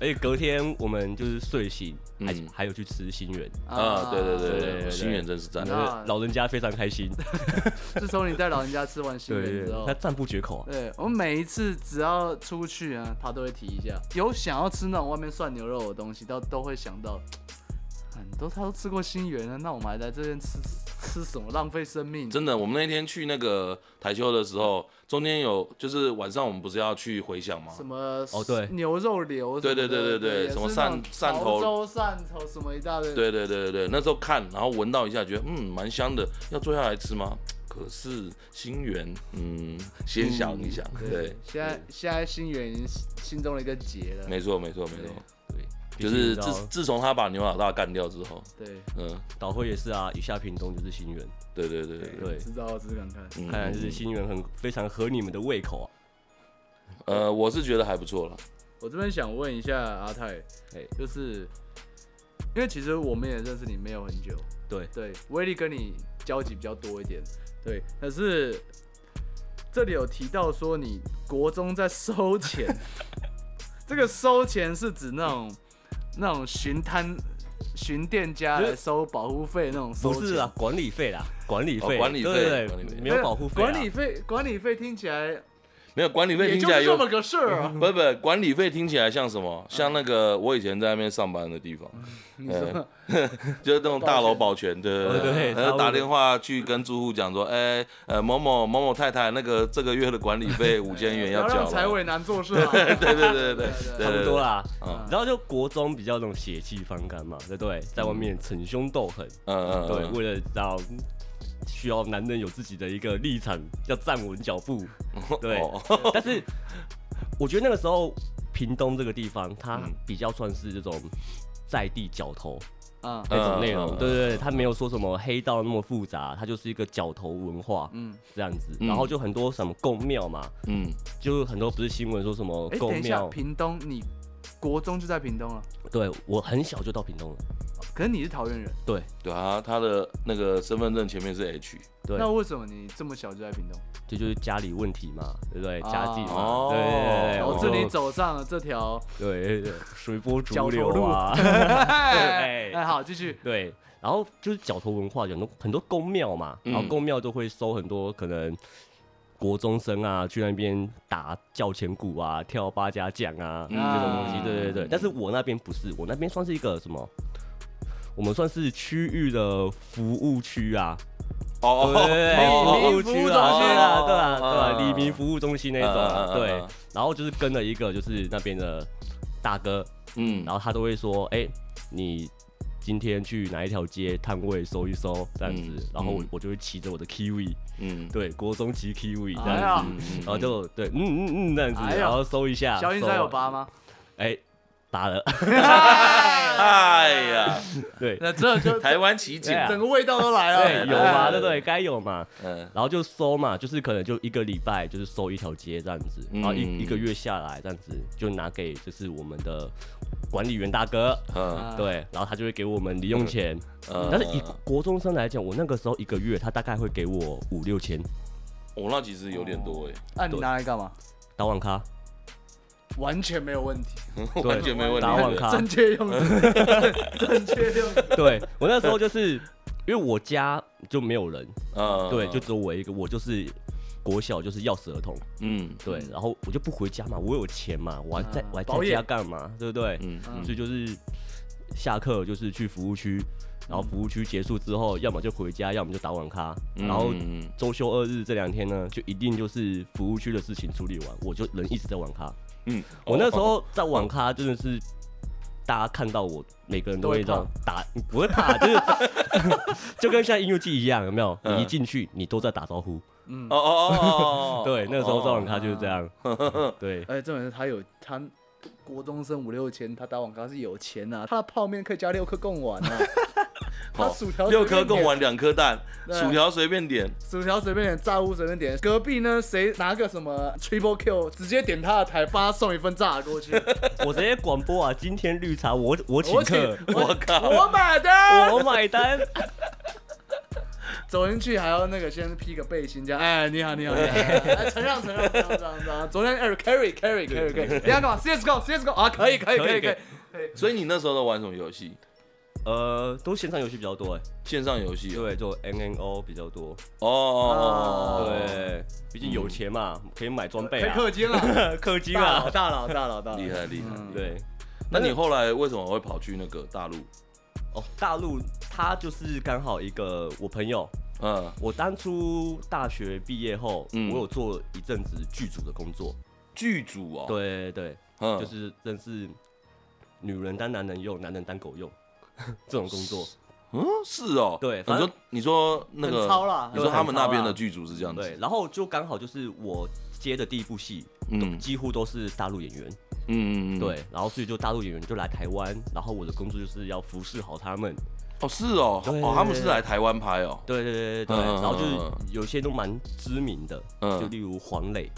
Speaker 3: 而且隔天我们就是睡醒，还
Speaker 1: 嗯
Speaker 3: 还有去吃新源，
Speaker 1: 啊，对对
Speaker 3: 对
Speaker 1: 对
Speaker 3: 对
Speaker 1: 对，
Speaker 3: 对
Speaker 1: 心源真是赞
Speaker 3: 然，
Speaker 2: 啊
Speaker 3: 后老人家非常
Speaker 1: [laughs]
Speaker 3: 开心，
Speaker 2: [laughs] 自从你带老人家吃完新年
Speaker 3: 对
Speaker 2: 之后
Speaker 3: 他，赞不绝口啊，
Speaker 2: 对我每一次只要出去啊，他都会提一下，有想要吃那种外面涮牛肉的东西，都都会想到，啊你都他都吃过新源了，那我们还来这边吃吃什么浪费生命？
Speaker 1: 真的，我们那天去那个台球的时候，中间有就是晚上我们不是要去回想吗？
Speaker 2: 什么
Speaker 3: 哦对
Speaker 2: 牛肉流什
Speaker 1: 对
Speaker 2: 么的，
Speaker 1: 对对对对
Speaker 2: 也是
Speaker 1: 什么
Speaker 2: 那
Speaker 1: 汕
Speaker 2: 种
Speaker 1: 汕
Speaker 2: 潮
Speaker 1: 头
Speaker 2: 州汕头什么一大堆，
Speaker 1: 对对对对对，那时候看，然后闻到一下，觉得嗯蛮香的，要坐下来吃吗？可是心源，嗯，先想一想，
Speaker 2: 嗯
Speaker 1: 对，
Speaker 2: 现在现在新源已经心中的一个结了，
Speaker 1: 没错没错没错，
Speaker 3: 对，
Speaker 1: 就是
Speaker 3: 毕竟你知
Speaker 1: 自
Speaker 3: 道
Speaker 1: 自从他把牛老大干掉之后，
Speaker 2: 对，
Speaker 1: 嗯，
Speaker 3: 岛会也是啊，一下屏东就是新源，
Speaker 1: 对对对对对，
Speaker 3: 对，
Speaker 2: 知道只是感叹，
Speaker 1: 嗯
Speaker 3: 看来就是新源很非常合你们的胃口啊，
Speaker 1: 呃，我是觉得还不错了，
Speaker 2: 我这边想问一下阿泰，
Speaker 3: 哎，
Speaker 2: 就是因为其实我们也认识你没有很久，
Speaker 3: 对，
Speaker 2: 对，威力跟你交集比较多一点，对。可是这里有提到说你国中在收钱， [laughs] 这个收钱是指那种那种巡摊、巡店家来收保护费那种收
Speaker 3: 不
Speaker 2: 钱。哎
Speaker 3: 是啊，管理费啦，管理费，
Speaker 1: 哦管理费
Speaker 3: 对对
Speaker 1: 管理费
Speaker 3: 对，没有保护费啊，
Speaker 2: 管理费，管理费听起来
Speaker 1: 没有管理费
Speaker 2: 也
Speaker 1: 听
Speaker 2: 就
Speaker 1: 起来
Speaker 2: 是这
Speaker 1: 有，
Speaker 2: 么个事儿
Speaker 3: [laughs]
Speaker 2: 啊。
Speaker 1: 不不，管理费听起来像什么？像那个我以前在那边上班的地方，
Speaker 3: 嗯
Speaker 2: [laughs] 你说
Speaker 1: 就是那种大楼保全，对
Speaker 3: 哦对
Speaker 1: 然
Speaker 3: 差
Speaker 1: 后
Speaker 3: 不多
Speaker 1: 打电话去跟住户讲说，哎，呃某某某某太太，那个这个月的管理
Speaker 3: [laughs]
Speaker 1: 费五千元
Speaker 2: 不
Speaker 1: 要
Speaker 2: 让
Speaker 1: 缴
Speaker 2: 财
Speaker 1: 了。
Speaker 2: 委难做事啊。对
Speaker 1: 对对对对对
Speaker 2: 对
Speaker 1: 对
Speaker 3: 差不多啦。
Speaker 1: 嗯
Speaker 3: 然后就国中比较那种血气方刚嘛，对不对？在外面逞凶斗狠，
Speaker 1: 嗯嗯，
Speaker 3: 对，
Speaker 1: 嗯
Speaker 3: 为了让需要男人有自己的一个立场，要站稳脚步，对
Speaker 1: 哦。
Speaker 3: 但是我觉得那个时候屏东这个地方，它
Speaker 1: 嗯
Speaker 3: 比较算是这种在地角头
Speaker 2: 啊，
Speaker 1: 嗯
Speaker 3: 那种内容，
Speaker 1: 嗯
Speaker 3: 对对对，它没有说什么黑道那么复杂，它就是一个角头文化
Speaker 2: 嗯，
Speaker 3: 这样子。
Speaker 1: 嗯
Speaker 3: 然后就很多什么供庙嘛，
Speaker 1: 嗯，
Speaker 3: 就很多不是新闻说什么
Speaker 2: 哎，等
Speaker 3: 供
Speaker 2: 一下，
Speaker 3: 庙，
Speaker 2: 屏东，你国中就在屏东了，
Speaker 3: 对我很小就到屏东了，
Speaker 2: 可是你是桃园人。
Speaker 3: 对。
Speaker 1: 对啊，他的那个身份证前面是 H，
Speaker 3: 对
Speaker 2: 那为什么你这么小就在屏东？
Speaker 3: 这就是家里问题嘛，对不对？
Speaker 2: 啊
Speaker 3: 家境
Speaker 1: 哦
Speaker 3: 嘛，对对对
Speaker 2: 然
Speaker 3: 对，哎我
Speaker 2: 后
Speaker 3: 就
Speaker 2: 哦这里走上了这
Speaker 3: [laughs]
Speaker 2: 条，
Speaker 3: 对对对，随波
Speaker 2: 角
Speaker 3: 逐
Speaker 2: 头
Speaker 3: 流啊，
Speaker 2: [laughs] 哎，哎好，继续。
Speaker 3: [laughs] 对。然后就是角头文化，有很多很多公庙嘛，
Speaker 1: 嗯
Speaker 3: 然后公庙都会收很多可能国中生啊，去那边打叫钱鼓啊，跳八家将啊、
Speaker 1: 嗯
Speaker 3: 这种东西，对对对
Speaker 1: 嗯。
Speaker 3: 但是我那边不是，我那边算是一个什么？我们算是区域的服务区啊，
Speaker 1: 哦哦
Speaker 3: 对
Speaker 1: 哦
Speaker 3: 对哎对
Speaker 1: 哦哦
Speaker 2: 民
Speaker 3: 服务
Speaker 2: 服务
Speaker 3: 区
Speaker 2: 中
Speaker 3: 啊，
Speaker 2: 心
Speaker 3: 对
Speaker 2: 啊
Speaker 3: 啊，对啊，对
Speaker 1: 嗯
Speaker 3: 啊，
Speaker 1: 嗯
Speaker 3: 黎明服务中心那种
Speaker 1: 嗯嗯
Speaker 3: 啊，
Speaker 1: 嗯
Speaker 3: 对
Speaker 1: 嗯。
Speaker 3: 然后就是跟了一个就是那边的大哥，
Speaker 1: 嗯
Speaker 3: 然，后他都会说，哎，你今天去哪一条街摊位收一收这样
Speaker 1: 嗯
Speaker 3: 子，然后我
Speaker 1: 嗯
Speaker 3: 我就会骑着我的 Kiwi，
Speaker 1: 嗯，
Speaker 3: 对，国中骑 Kiwi 这
Speaker 2: 哎
Speaker 3: 样
Speaker 2: 呀
Speaker 3: 子。
Speaker 1: 嗯
Speaker 3: 然后就对，嗯嗯嗯，这样子，
Speaker 2: 哎呀
Speaker 3: 然后收一下。
Speaker 2: 小英
Speaker 3: 收
Speaker 2: 三有拔？
Speaker 3: [laughs]
Speaker 2: 吗？
Speaker 3: 哎，拔了。 [laughs]
Speaker 1: 哎呀，
Speaker 3: 对，
Speaker 2: [laughs] 那这就
Speaker 1: 台湾奇景
Speaker 3: 对，啊
Speaker 2: 整个味道都来
Speaker 3: 对，
Speaker 2: 了，哎
Speaker 3: 有嘛，对不对？该有嘛。
Speaker 1: 嗯
Speaker 3: 然后就收嘛，就是可能就一个礼拜就是收一条街这样子，然后一、
Speaker 1: 嗯
Speaker 3: 一个月下来这样子就拿给就是我们的管理员大哥，
Speaker 1: 嗯
Speaker 2: 啊
Speaker 3: 对，然后他就会给我们零用钱。呃
Speaker 1: 嗯，
Speaker 3: 但是以国中生来讲，我那个时候一个月他大概会给我五六千，
Speaker 1: 我哦那其实有点多哎，
Speaker 2: 那你拿来干嘛？
Speaker 3: 打网咖，
Speaker 2: 完全没有问题，
Speaker 1: 完全没问题
Speaker 3: 打网咖，
Speaker 2: [laughs] 正
Speaker 1: [laughs]
Speaker 2: 确用途，正确用途。
Speaker 3: 对我那时候就是因为我家就没有人，
Speaker 1: 嗯，
Speaker 3: 对，就只有我一个，我就是国小就是钥匙儿童，
Speaker 1: 嗯
Speaker 3: 对，然后我就不回家嘛，我有钱嘛，我还在、
Speaker 2: 嗯
Speaker 3: 我还
Speaker 2: 保
Speaker 3: 在
Speaker 2: 险
Speaker 3: 家干嘛，对不对？
Speaker 1: 嗯嗯
Speaker 3: 所以就是下课就是去服务区，然后服务区结束之后，要么就回家，要么就打网咖，
Speaker 1: 嗯，
Speaker 3: 然后
Speaker 1: 嗯
Speaker 3: 周休二日这两天呢，就一定就是服务区的事情处理完，我就人一直在网咖。
Speaker 1: 嗯，
Speaker 3: 我那时
Speaker 1: 哦
Speaker 3: 候在网咖真的是大家看到我，每个人都
Speaker 2: 都会
Speaker 3: 会这样打，不会怕，就是 [laughs] 就跟现在音乐季一样，有没有？你一进去，你都在打招呼。
Speaker 2: 嗯，
Speaker 1: 哦哦哦， [laughs]
Speaker 3: 对，那个时候赵
Speaker 1: 赵
Speaker 3: 永咖就是这样。对，
Speaker 2: 而且哎重点是他有他国中生五六千，他打网咖是有钱呐、他的泡面可以加六颗贡丸
Speaker 3: [laughs]
Speaker 2: 啊，他薯条
Speaker 1: 六
Speaker 2: 随便
Speaker 1: 颗贡
Speaker 2: 点
Speaker 1: 丸，两颗蛋，
Speaker 2: 对
Speaker 1: 薯条随便点，
Speaker 2: 薯条随便点，炸物随便点。隔壁呢，谁拿个什么 triple Q，直接点他的台，帮他送一份炸的过去。
Speaker 3: 我直接广播啊，今天绿茶我我请
Speaker 2: 我请
Speaker 3: 客，，
Speaker 1: 我靠
Speaker 2: 我买单。
Speaker 3: 我买单。
Speaker 2: 走进去还要那个先披个背心，这样。哎，你好，你好，你好， [laughs] 哎承让，承让，承让，承让承让。昨天哎，carry，carry，carry，可以。你要干嘛？CSGO，CSGO 啊，可以，可以，可以，可以。
Speaker 1: 所以你那时候都玩什么游戏？
Speaker 3: 呃，都线上游戏比较多哎，
Speaker 1: 线上游戏哦
Speaker 3: 对，就 N N O 比较多。
Speaker 1: 哦哦，哦哦
Speaker 3: 对，毕竟有钱嘛，可以买装备
Speaker 2: 可以
Speaker 3: 啊，
Speaker 2: 氪金了，
Speaker 3: [laughs] 氪金
Speaker 2: 大
Speaker 3: 啊
Speaker 2: 佬，。大佬，大佬，大佬。
Speaker 1: 厉害厉害。
Speaker 2: 嗯
Speaker 3: 对，
Speaker 1: 那你后来为什么会跑去那个大陆？
Speaker 3: 哦，大陆他就是刚好一个我朋友，
Speaker 1: 嗯
Speaker 3: 我当初大学毕业后，
Speaker 1: 嗯
Speaker 3: 我有做一阵子剧组的工作，
Speaker 1: 剧组哦，
Speaker 3: 对对，
Speaker 1: 嗯，
Speaker 3: 就是认识女人当男人用，男人当狗用 [laughs] 这种工作，
Speaker 1: 嗯是哦，
Speaker 3: 对
Speaker 1: 你
Speaker 3: 反正
Speaker 1: 说你说那个
Speaker 2: 很糙啦
Speaker 1: 你说他们
Speaker 3: 对很糙啦
Speaker 1: 那边的剧组是这样
Speaker 3: 对，
Speaker 1: 子，
Speaker 3: 然后就刚好就是我接的第一部戏，
Speaker 1: 嗯
Speaker 3: 几乎都是大陆演员，
Speaker 1: 嗯嗯嗯，
Speaker 3: 对，然后所以就大陆演员就来台湾，然后我的工作就是要服侍好他们，
Speaker 1: 哦是哦，
Speaker 3: 对
Speaker 1: 哦他们是来台湾拍哦，
Speaker 3: 对对对对对，
Speaker 1: 嗯
Speaker 3: 然后就
Speaker 1: 嗯嗯
Speaker 3: 是有些都蛮知名的，
Speaker 1: 嗯
Speaker 3: 就例如黄磊，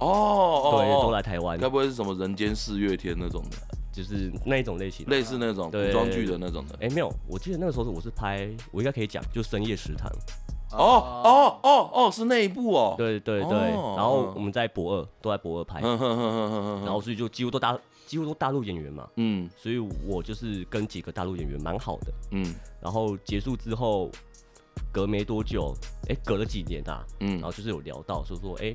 Speaker 1: 哦哦，
Speaker 3: 对，
Speaker 1: 哦
Speaker 3: 都来台湾
Speaker 1: 该，不会是什么人间四月天那种的，
Speaker 3: 就是那一种类型的。
Speaker 1: 类似那种
Speaker 3: 对
Speaker 1: 古装剧的那种的？
Speaker 3: 哎、没有，我记得那个时候我是拍，我应该可以讲，就深夜食堂，
Speaker 2: 啊
Speaker 1: 哦哦哦哦，是那一部哦，，
Speaker 3: 对对对，
Speaker 1: 哦
Speaker 3: 然后我们在博二都在博二拍，
Speaker 1: 嗯哼哼哼哼哼，
Speaker 3: 然后所以就几乎都大几乎都大陆演员嘛，
Speaker 1: 嗯
Speaker 3: 所以我就是跟几个大陆演员蛮好的，
Speaker 1: 嗯
Speaker 3: 然后结束之后，隔没多久，哎、隔了几年啊，然
Speaker 1: 嗯
Speaker 3: 后就是有聊到说说，哎、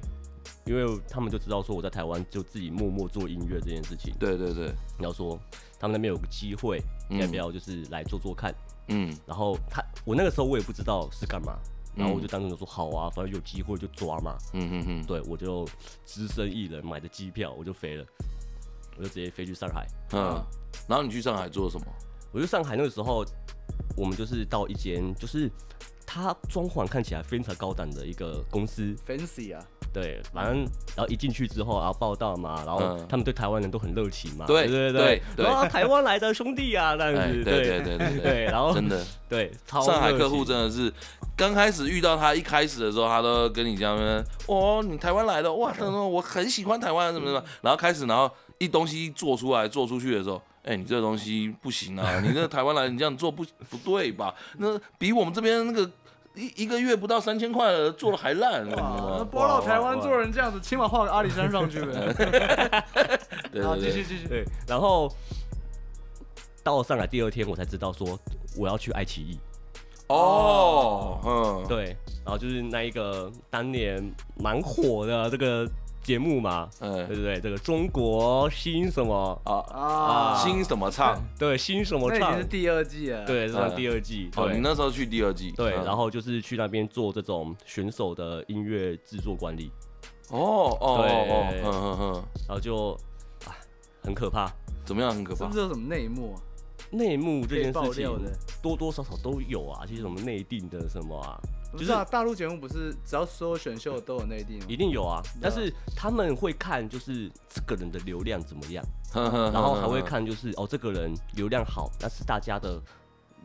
Speaker 3: 因为他们就知道说我在台湾就自己默默做音乐这件事情，
Speaker 1: 对对对，
Speaker 3: 然后说他们那边有个机会，
Speaker 1: 嗯
Speaker 3: 要不要就是来做做看？
Speaker 1: 嗯
Speaker 3: 然后他，我那个时候我也不知道是干嘛，然后我就单纯的说好啊，反正有机会就抓嘛。
Speaker 1: 嗯嗯嗯，
Speaker 3: 对，我就只身一人买的机票，我就飞了，我就直接飞去上海。
Speaker 1: 嗯，然后你去上海做什么？
Speaker 3: 我去上海那个时候，我们就是到一间就是。它装潢看起来非常高档的一个公司，
Speaker 2: ，fancy 啊，
Speaker 3: 对，反正然后一进去之后啊报道嘛，然后
Speaker 1: 嗯
Speaker 3: 他们对台湾人都很热情嘛，
Speaker 1: 对
Speaker 3: 对
Speaker 1: 对对
Speaker 3: 然后啊台湾来的兄弟啊，那样
Speaker 1: 哎，对
Speaker 3: 子，
Speaker 1: 对对
Speaker 3: 对
Speaker 1: 对
Speaker 3: 对，然后
Speaker 1: 真的，
Speaker 3: [laughs] 对，超
Speaker 1: 上海
Speaker 3: 热
Speaker 1: 客户
Speaker 3: 情
Speaker 1: 真的是刚开始遇到他，一开始的时候，他都跟你讲，哦，你台湾来的，
Speaker 3: 嗯
Speaker 1: 哇，什么我很喜欢台湾，啊什么什么，然后开始，然后一东西做出来、做出去的时候。哎、你这东西不行
Speaker 3: [laughs]
Speaker 1: 啊！你这台湾来，你这样做不不对吧？那比我们这边那个一一个月不到三千块的做的还烂，什
Speaker 2: 哇，那
Speaker 1: 么
Speaker 2: 播到台湾做人这样子，起码画个阿里山上去呗。
Speaker 1: 的对
Speaker 2: 然后继
Speaker 1: 对
Speaker 2: 续
Speaker 1: 对，
Speaker 2: 继续，
Speaker 3: 对，然后到上海第二天，我才知道说我要去爱奇艺。
Speaker 1: 哦，嗯，
Speaker 3: 对，然后就是那一个当年蛮火的这个节目嘛，对
Speaker 1: 嗯，
Speaker 3: 对对，这个中国新什么，
Speaker 1: 啊，
Speaker 2: 啊，
Speaker 1: 新怎么唱？
Speaker 3: 对新什么
Speaker 2: 那已经
Speaker 3: 唱
Speaker 2: 是，第二季了。
Speaker 3: 对，
Speaker 1: 嗯
Speaker 3: 这算第二季，
Speaker 1: 哦，你
Speaker 3: 对
Speaker 1: 那时候去第二季，
Speaker 3: 对，
Speaker 1: 嗯
Speaker 3: 然后就是去那边做这种选手的音乐制作管理，
Speaker 1: 哦哦哦哦，
Speaker 3: 对
Speaker 1: 嗯嗯嗯，
Speaker 3: 然后就啊很可怕，
Speaker 1: 怎么样？很可
Speaker 2: 是
Speaker 1: 怕
Speaker 2: 不。是有什么内幕啊？
Speaker 3: 内幕
Speaker 2: 可
Speaker 3: 这
Speaker 2: 以
Speaker 3: 件
Speaker 2: 爆
Speaker 3: 事
Speaker 2: 料
Speaker 3: 情
Speaker 2: 的
Speaker 3: 多多少少都有啊，其实什么内定的什么啊，
Speaker 2: 不
Speaker 3: 就是
Speaker 2: 是啊，大陆节目不是只要所有选秀都有内地吗
Speaker 3: 一？定有啊，
Speaker 2: 对啊
Speaker 3: 但是他们会看就是这个人的流量怎么样，
Speaker 1: [laughs] 然
Speaker 2: 嗯
Speaker 3: 然后还会
Speaker 2: [laughs]
Speaker 3: 看就是哦这个人流量好，但是大家的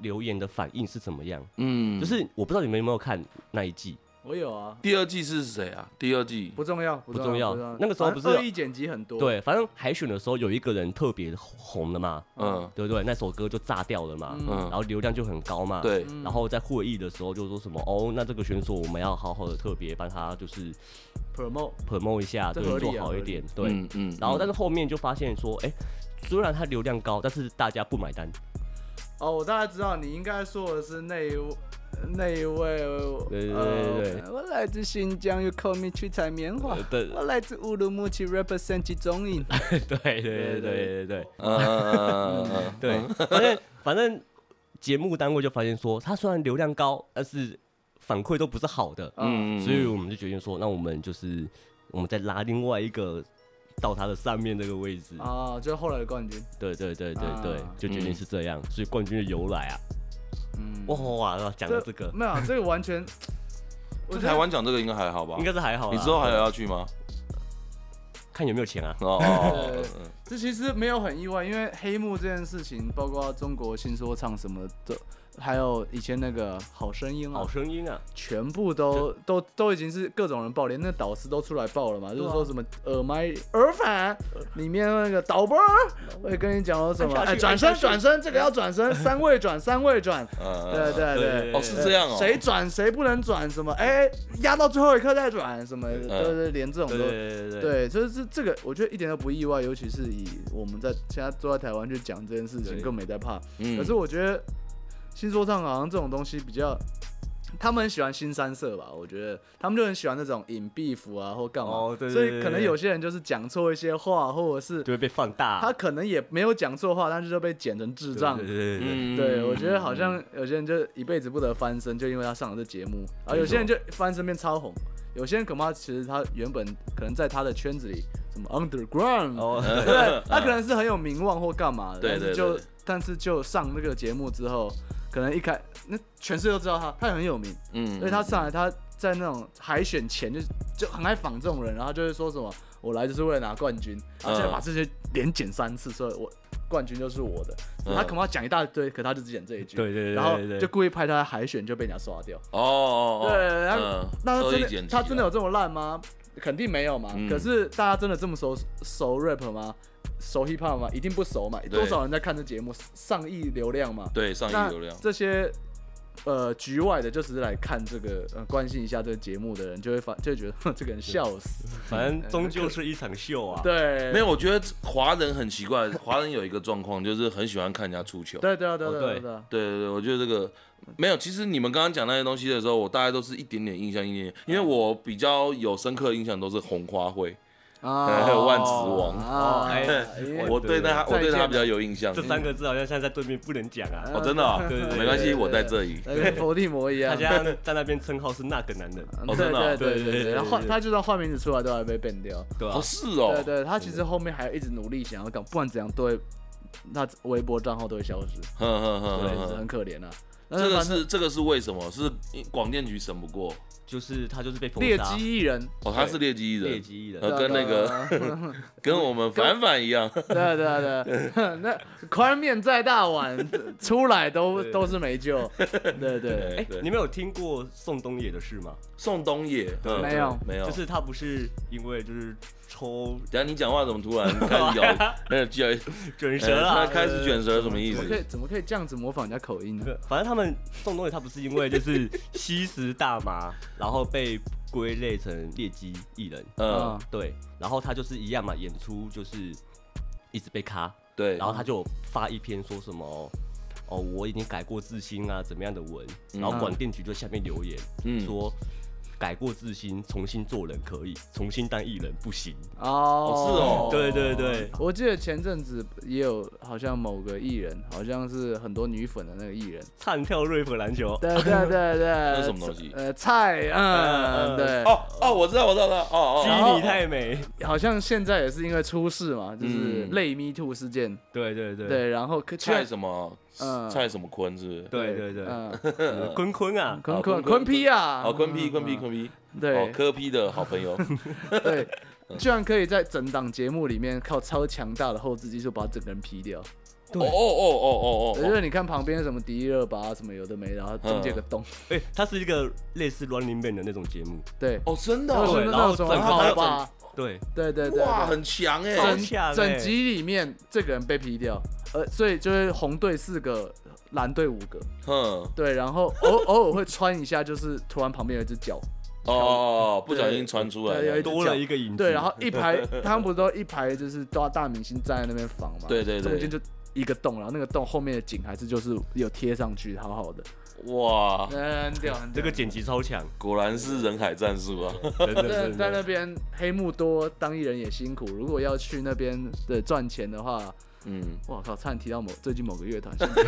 Speaker 3: 留言的反应是怎么样？
Speaker 1: 嗯，
Speaker 3: 就是我不知道你们有没有看那一季，
Speaker 2: 我有啊，
Speaker 1: 第二季是谁啊？第二季
Speaker 2: 不重要，不重
Speaker 3: 重要
Speaker 2: 不重要。
Speaker 3: 那个时候不是有
Speaker 2: 恶意剪辑很多，，
Speaker 3: 对，反正海选的时候有一个人特别红的嘛，
Speaker 1: 嗯
Speaker 3: 对不对？那首歌就炸掉了嘛，
Speaker 2: 嗯
Speaker 1: 嗯
Speaker 3: 然后流量就很高嘛，。
Speaker 1: 对，
Speaker 3: 然后在会议的时候就说什么哦，那这个选手我们要好好的特别帮他就是
Speaker 2: promote
Speaker 3: promote 一下，
Speaker 2: 这
Speaker 3: 对，
Speaker 2: 合理啊
Speaker 3: 做好一点，对。
Speaker 1: 嗯嗯，
Speaker 3: 然后但
Speaker 1: 是
Speaker 3: 是后面就发现说，哎、虽然他流量高，但是大家不买单，
Speaker 2: 哦，我大概知道你应该说的是那一位那一位，
Speaker 3: 对对
Speaker 2: 呃
Speaker 3: 对对
Speaker 2: 我来自新疆，You call me 去采棉花
Speaker 3: 呃。对
Speaker 2: 我来自乌鲁木齐，represent 集中
Speaker 3: [laughs]
Speaker 2: 营。
Speaker 3: 对 [laughs] 对对对对对
Speaker 1: 嗯
Speaker 2: [laughs] 嗯
Speaker 1: 呃，
Speaker 3: 对，反正反正节目单位就发现说，他虽然流量高，但是反馈都不是好的，
Speaker 2: 嗯，
Speaker 1: 嗯，
Speaker 3: 所以我们就决定说，那我们就是我们再拉另外一个到他的上面这个位置。
Speaker 2: 啊，就是后来的冠军。
Speaker 3: 对对对对对，
Speaker 2: 啊
Speaker 3: 就决定是这样，所以冠军的由来啊，
Speaker 2: 嗯，
Speaker 3: 哇嗯哇哇，讲到这个，
Speaker 2: 没有啊，这个完
Speaker 1: [laughs]
Speaker 2: 全，我
Speaker 1: 在
Speaker 2: 觉得
Speaker 1: 台湾讲这个应该还好吧
Speaker 3: 应？该是还好啦。啊
Speaker 1: 你之后还有要去吗？
Speaker 3: 看有没有钱啊？
Speaker 1: 哦哦
Speaker 2: 对
Speaker 1: 哦
Speaker 2: 对，这其实没有很意外，因为黑幕这件事情，包括中国新说唱什么的，还有以前那个好声音啊
Speaker 3: 好，声音啊，
Speaker 2: 全部都都都已经是各种人爆，连那导师都出来爆了嘛，就是说什么耳麦耳返里面那个导播会跟你讲说什么，
Speaker 3: 按下
Speaker 2: 哎，
Speaker 3: 去
Speaker 2: 转
Speaker 3: 按下
Speaker 2: 身
Speaker 3: 去
Speaker 2: 转身，这个要转 [laughs] 身，三位转三位转，
Speaker 1: 嗯嗯，嗯，
Speaker 2: [laughs] 对对
Speaker 3: 对
Speaker 2: 对
Speaker 3: 对。
Speaker 1: 哦是这样哦，
Speaker 2: 谁转谁不能转什么？哎，压到最后一刻再转什么，
Speaker 1: 嗯
Speaker 2: 就是连这种
Speaker 3: 对
Speaker 2: 都
Speaker 3: 对对对
Speaker 2: 对，就是这个，我觉得一点都不意外，尤其是以我们在现在坐在台湾去讲这件事情，
Speaker 3: 对
Speaker 2: 更没在怕。
Speaker 1: 嗯
Speaker 2: 可是我觉得新说唱好像这种东西比较，他们很喜欢新三色吧？我觉得他们就很喜欢那种隐蔽服啊，或干嘛，
Speaker 3: 哦对对
Speaker 2: 所
Speaker 3: 对
Speaker 2: 以可能
Speaker 3: 对
Speaker 2: 有些人就是讲错一些话，或者是
Speaker 3: 就会被放大。啊
Speaker 2: 他可能也没有讲错话，但是就被剪成智障
Speaker 3: 对。对对对
Speaker 1: 嗯
Speaker 2: 对，我觉得好像有些人就一辈子不得翻身，就因为他上了这节目，而有些人就翻身变超红，有些人恐怕其实他原本可能在他的圈子里，什么 underground，、
Speaker 3: 哦，
Speaker 2: 对不
Speaker 1: [laughs]
Speaker 2: 对，他可能是很有名望或干嘛的，
Speaker 1: 对对
Speaker 2: 但是
Speaker 1: 对
Speaker 2: 就
Speaker 1: 对
Speaker 2: 但是就上那个节目之后，可能一开那全世界都知道他，他很有名，
Speaker 1: 嗯
Speaker 2: 所以他上来他在那种海选前就就很爱仿这种人，然后就会说什么我来就是为了拿冠军，
Speaker 3: 嗯
Speaker 2: 然后现在把这些连剪三次，所以我冠军就是我的。
Speaker 1: 嗯
Speaker 2: 他恐怕讲一大堆，可他就只剪这一句，
Speaker 3: 对对对对
Speaker 2: 然后
Speaker 3: 对
Speaker 2: 就故意拍他的海选就被人家刷掉。
Speaker 1: 哦哦哦，
Speaker 2: 对，然后
Speaker 1: 嗯
Speaker 2: 那他
Speaker 1: 恶意
Speaker 2: 真
Speaker 1: 剪
Speaker 2: 的
Speaker 1: 辑
Speaker 2: 他真的有
Speaker 1: 啊
Speaker 2: 这么烂吗？肯定没有嘛。
Speaker 1: 嗯
Speaker 2: 可是大家真的这么熟熟 rap 吗？熟 hip hop 吗？一定不熟嘛。多少人在看这节目，上亿流量嘛。
Speaker 1: 对上
Speaker 2: 那
Speaker 1: 亿流量，
Speaker 2: 这些呃局外的，就只是来看这个呃关心一下这个节目的人，就会发就会觉得 [laughs] 哼这个人笑死。
Speaker 3: [laughs] 反正终究是一场秀啊。
Speaker 2: 对，
Speaker 1: 没有，
Speaker 2: 有。
Speaker 1: 我觉得华人很奇怪，华人有一个状况就是很喜欢看人家出糗。
Speaker 2: 对对啊对啊
Speaker 3: 哦
Speaker 2: 对啊对啊
Speaker 3: 对
Speaker 2: 对啊。
Speaker 1: 对对对，我觉得这个没有。其实你们刚刚讲那些东西的时候，我大概都是一点点印象，一点点，因为我比较有深刻的印象都是红花会，
Speaker 2: 啊
Speaker 1: 还有万磁王
Speaker 2: 啊
Speaker 3: 哎
Speaker 1: 我对他我对他
Speaker 2: 再见
Speaker 1: 比较有印象嗯
Speaker 3: 这。三个字好像现在在对面不能讲啊，
Speaker 1: 哦，真的哦
Speaker 3: 对对，对
Speaker 1: 没关系，
Speaker 2: 对对
Speaker 1: 我在这里。
Speaker 2: 哎跟伏地魔一
Speaker 3: 他
Speaker 2: 样。
Speaker 3: 现在在那边称号是那个男人，
Speaker 2: 嗯
Speaker 1: 哦
Speaker 2: 对
Speaker 1: 真的哦
Speaker 2: 对对
Speaker 3: 对
Speaker 2: 对对，
Speaker 3: 对对
Speaker 2: 然后换
Speaker 3: 对
Speaker 2: 他就算换名字出来都还被 ban 掉。
Speaker 3: 对啊吧
Speaker 1: 哦，？是哦，
Speaker 2: 对对，他其实后面还一直努力想要搞，不然怎样都会，那微博账号都会消失，
Speaker 1: 哼哼嗯哼
Speaker 2: 对，
Speaker 1: 哼
Speaker 2: 是
Speaker 1: 哼
Speaker 2: 很可怜啊。但
Speaker 1: 这个
Speaker 2: 反正
Speaker 1: 是这个是为什么？是广电局审不过
Speaker 3: 就是他就是被封
Speaker 2: 劣
Speaker 3: 杀
Speaker 2: 迹艺人，
Speaker 1: 哦，他是劣迹艺
Speaker 3: 劣
Speaker 1: 人，
Speaker 3: 迹艺
Speaker 1: 呃
Speaker 2: 对
Speaker 3: 人，
Speaker 2: 啊
Speaker 1: 跟那个
Speaker 2: 对啊
Speaker 1: 跟我们凡凡一样。
Speaker 2: 对啊对啊对啊，那宽面再大碗出来
Speaker 1: [laughs]
Speaker 2: 都
Speaker 3: 对
Speaker 2: 都是没救，对对，
Speaker 1: 对
Speaker 3: 哎，
Speaker 1: 对
Speaker 3: 你，们有听过宋冬野的事吗？
Speaker 1: 宋冬野嗯
Speaker 2: 没有
Speaker 1: 没有，
Speaker 3: 就是他不是因为就是抽
Speaker 1: 等一下你讲话怎么突然开始咬
Speaker 3: [laughs]
Speaker 1: 那个卷
Speaker 3: 卷舌啊
Speaker 1: 呃
Speaker 3: 啦，
Speaker 1: 开始卷舌什么意
Speaker 2: 怎
Speaker 1: 思
Speaker 2: 么？可以怎么可以这样子模仿人家口音呢？
Speaker 3: 对。反正他们宋冬野他不是因为就是吸食大麻，然后被归类成劣迹艺人，
Speaker 1: 嗯
Speaker 2: 啊，
Speaker 3: 对，然后他就是一样嘛，演出就是一直被卡，
Speaker 1: 对，
Speaker 3: 然后他就有发一篇说什么。哦，我已经改过自新啊，怎么样的文？然后广电局就下面留言、
Speaker 1: 嗯
Speaker 3: 说，改过自新，重新做人可以，重新当艺人不行。
Speaker 1: 哦，
Speaker 2: 哦
Speaker 3: 对对对，
Speaker 2: 我记得前阵子也有，好像某个艺人，好像是很多女粉的那个艺人，
Speaker 3: 唱跳 rap 篮
Speaker 1: [laughs]
Speaker 3: 球，
Speaker 2: 对对对对，那
Speaker 1: 是什么东西
Speaker 2: 呃，菜，嗯，
Speaker 3: 嗯
Speaker 2: 对，
Speaker 1: 哦哦，我知道，我知道，我知道哦
Speaker 3: 基
Speaker 1: 哦，
Speaker 3: 你太美。
Speaker 2: 好像现在也是因为出事嘛，就是
Speaker 1: 嗯
Speaker 2: 类 Me Too 事件，
Speaker 3: 对对对
Speaker 2: 对，然后可
Speaker 1: 蔡什么
Speaker 2: 嗯
Speaker 1: 蔡什么坤是不是？
Speaker 3: 对对对，
Speaker 2: 嗯，
Speaker 3: 呃坤坤啊，
Speaker 2: 坤
Speaker 1: [laughs] 好坤坤
Speaker 2: 坤坤 P 啊，
Speaker 1: 哦，坤 P
Speaker 2: 嗯
Speaker 1: 坤 P
Speaker 2: 嗯
Speaker 1: 坤 P，哦
Speaker 2: 对，
Speaker 1: 柯 P 的好朋友，哦
Speaker 2: 对，居然可以在整档节目里面靠超强大的后置技术把整个人 P 掉，
Speaker 1: 哦哦哦哦
Speaker 2: 因
Speaker 1: 哦
Speaker 2: 为你看旁边什么迪丽热巴啊什么有的没的，然后中间有个洞，
Speaker 3: 哎，他是一个类似 Running Man 的那种节目，
Speaker 2: 对，
Speaker 1: 哦，哦，真的
Speaker 2: 就是
Speaker 1: 哦，
Speaker 3: 对然
Speaker 2: 那
Speaker 3: 后
Speaker 2: 种
Speaker 3: 整个
Speaker 2: 好吧，
Speaker 3: 对，
Speaker 2: 对对对，
Speaker 1: 哇，
Speaker 2: 对
Speaker 1: 很强哎
Speaker 3: 真，
Speaker 2: 整
Speaker 3: 强欸
Speaker 2: 整集里面这个人被 P 掉，呃，所以就是红队四个，蓝队五个，
Speaker 1: 哼，哦
Speaker 2: 对，然后偶偶尔会穿一下，就是突然旁边有一只脚，
Speaker 1: 哦哦，不小心传出来
Speaker 2: 对有一
Speaker 1: 了
Speaker 2: 种，
Speaker 3: 多了一个影子。 [laughs]
Speaker 2: 对，然后一排他们不是都一排就是大大明星站在那边防嘛，
Speaker 1: 对对对
Speaker 2: 中间就。一个洞，然后那个洞后面的景还是就是有贴上去，好好的，
Speaker 1: 哇，
Speaker 2: 很屌，很
Speaker 3: [laughs] 这
Speaker 2: 屌
Speaker 3: 个。剪辑超强，
Speaker 1: 果然是人海战术啊，
Speaker 3: 真的
Speaker 2: 在
Speaker 3: 真
Speaker 2: 在那
Speaker 3: 的。
Speaker 2: 边黑幕多，当艺人也辛苦。如果要去那边的赚钱的话，
Speaker 1: 嗯，
Speaker 2: 我靠，差
Speaker 1: [laughs]
Speaker 2: 点啊提到某最近某个乐团，是不是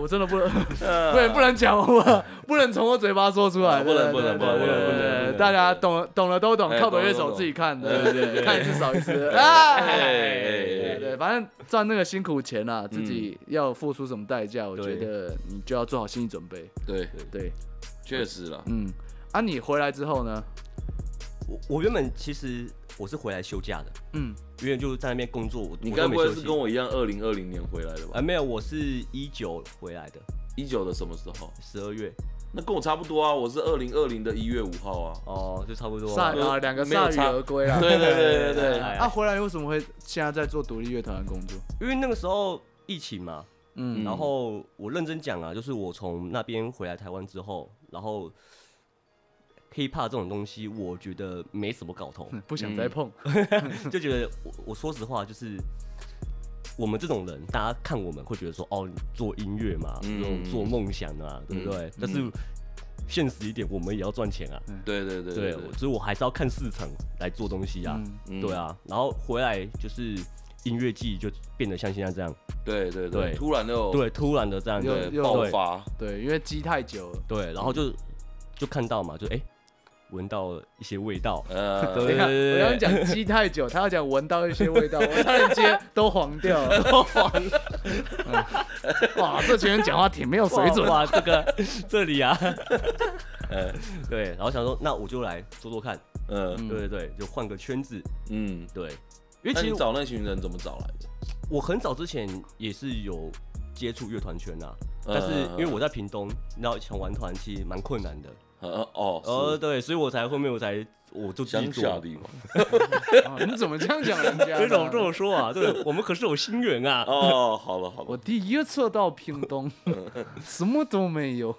Speaker 2: 我真的不能，不能不能讲，我不不能从我嘴巴说出来，
Speaker 1: 呃啊不能
Speaker 2: 对对
Speaker 1: 不能
Speaker 2: 对
Speaker 1: 不能
Speaker 2: 对
Speaker 1: 不能
Speaker 2: 对
Speaker 1: 不能
Speaker 2: 对大家懂懂了都懂，
Speaker 1: 哎
Speaker 2: 靠本乐
Speaker 1: 懂了
Speaker 2: 手
Speaker 1: 懂
Speaker 2: 自己看的，
Speaker 1: 对对对
Speaker 2: 看一次少一次
Speaker 1: 哎
Speaker 2: 啊。
Speaker 1: 哎嗯
Speaker 2: 对
Speaker 1: 哎
Speaker 2: 对，反正赚那个辛苦钱啊，自己要付出什么代价，我觉
Speaker 3: 对
Speaker 2: 得你就要做好心理准备。
Speaker 1: 对，
Speaker 2: 对，
Speaker 1: 确实了，
Speaker 2: 嗯，啊，你回来之后呢？
Speaker 3: 我我原本其实我是回来休假的，
Speaker 2: 嗯，
Speaker 3: 原本就是在那边工作，我
Speaker 1: 你
Speaker 3: 我
Speaker 1: 该
Speaker 3: 都没
Speaker 1: 不会
Speaker 3: 休
Speaker 1: 是
Speaker 3: 息
Speaker 1: 跟我一样，二零二零年回来的吧
Speaker 3: 啊？没有，我是一九回来的，
Speaker 1: 一九的什么时候？
Speaker 3: 十二月
Speaker 1: 那跟我差不多啊，我是二零二零的一月五号啊。
Speaker 3: 哦，就差不多
Speaker 2: 铩
Speaker 3: 啊。
Speaker 1: 对
Speaker 2: 啊，两个
Speaker 1: 没有
Speaker 2: 铩羽
Speaker 1: 差
Speaker 2: 而归啦。
Speaker 1: 对对对对对，
Speaker 3: 哎
Speaker 2: [laughs] 啊，回来为什么会现在在做独立乐团的工作？
Speaker 3: 因为那个时候疫情嘛，
Speaker 2: 嗯
Speaker 3: 然后我认真讲啊，就是我从那边回来台湾之后，然后 hiphop 这种东西，我觉得没什么搞头，
Speaker 1: 嗯
Speaker 2: [laughs] 不想再碰。
Speaker 3: 就觉得我我说实话就是。我们这种人，大家看我们会觉得说，哦，你做音乐嘛，
Speaker 1: 嗯
Speaker 3: 这种做梦想啊，对不对？但是现实一点，我们也要赚钱啊，
Speaker 1: 对对对
Speaker 3: 对，
Speaker 1: 对
Speaker 3: 所以我还是要看市场来做东西啊，
Speaker 2: 嗯
Speaker 1: 嗯
Speaker 3: 对啊。然后回来就是音乐季就变得像现在这样，
Speaker 1: 对对对，
Speaker 3: 对
Speaker 1: 突然哦又
Speaker 3: 对，突然的这样子，
Speaker 1: 对
Speaker 2: 又
Speaker 1: 爆发，
Speaker 3: [laughs]
Speaker 2: 对，因为积太久了。
Speaker 3: 对，然后就就看到嘛，就哎闻、到一些味道，
Speaker 1: 呃，
Speaker 2: 等一下，
Speaker 3: 对
Speaker 2: 我要讲积太久，他要讲闻到一些味道，我差点接都黄掉
Speaker 3: [laughs]
Speaker 2: 了。都黄。哇，这群人讲话挺没有水准。
Speaker 3: 哇，哇这 [laughs] 个这里啊，
Speaker 1: 呃
Speaker 3: 嗯对，然后想说那我就来做做看，
Speaker 1: 嗯
Speaker 2: 嗯
Speaker 3: 对对对，就换个圈子，
Speaker 1: 嗯，
Speaker 3: 对，因为
Speaker 1: 那
Speaker 3: 其
Speaker 1: 你
Speaker 3: 实
Speaker 1: 找那群人怎么找来的？
Speaker 3: 我很早之前也是有接触乐团圈啊。
Speaker 1: 嗯
Speaker 3: 但是因为我在屏东，你知道想玩团其实蛮困难的，
Speaker 1: 呃哦，
Speaker 3: 呃，
Speaker 1: 呃，
Speaker 3: 对，所以我才后面我才我就自己
Speaker 1: 乡下
Speaker 3: 做。
Speaker 1: 地
Speaker 3: [laughs]
Speaker 1: 方
Speaker 2: 哦你怎么这样讲人家
Speaker 3: 这种这
Speaker 2: 呢？
Speaker 3: 么说啊，对我们可是有心源啊。
Speaker 1: 哦，好了好
Speaker 2: 我
Speaker 1: 了，
Speaker 2: 第一次到屏东，什么都没
Speaker 3: [laughs]
Speaker 2: 有。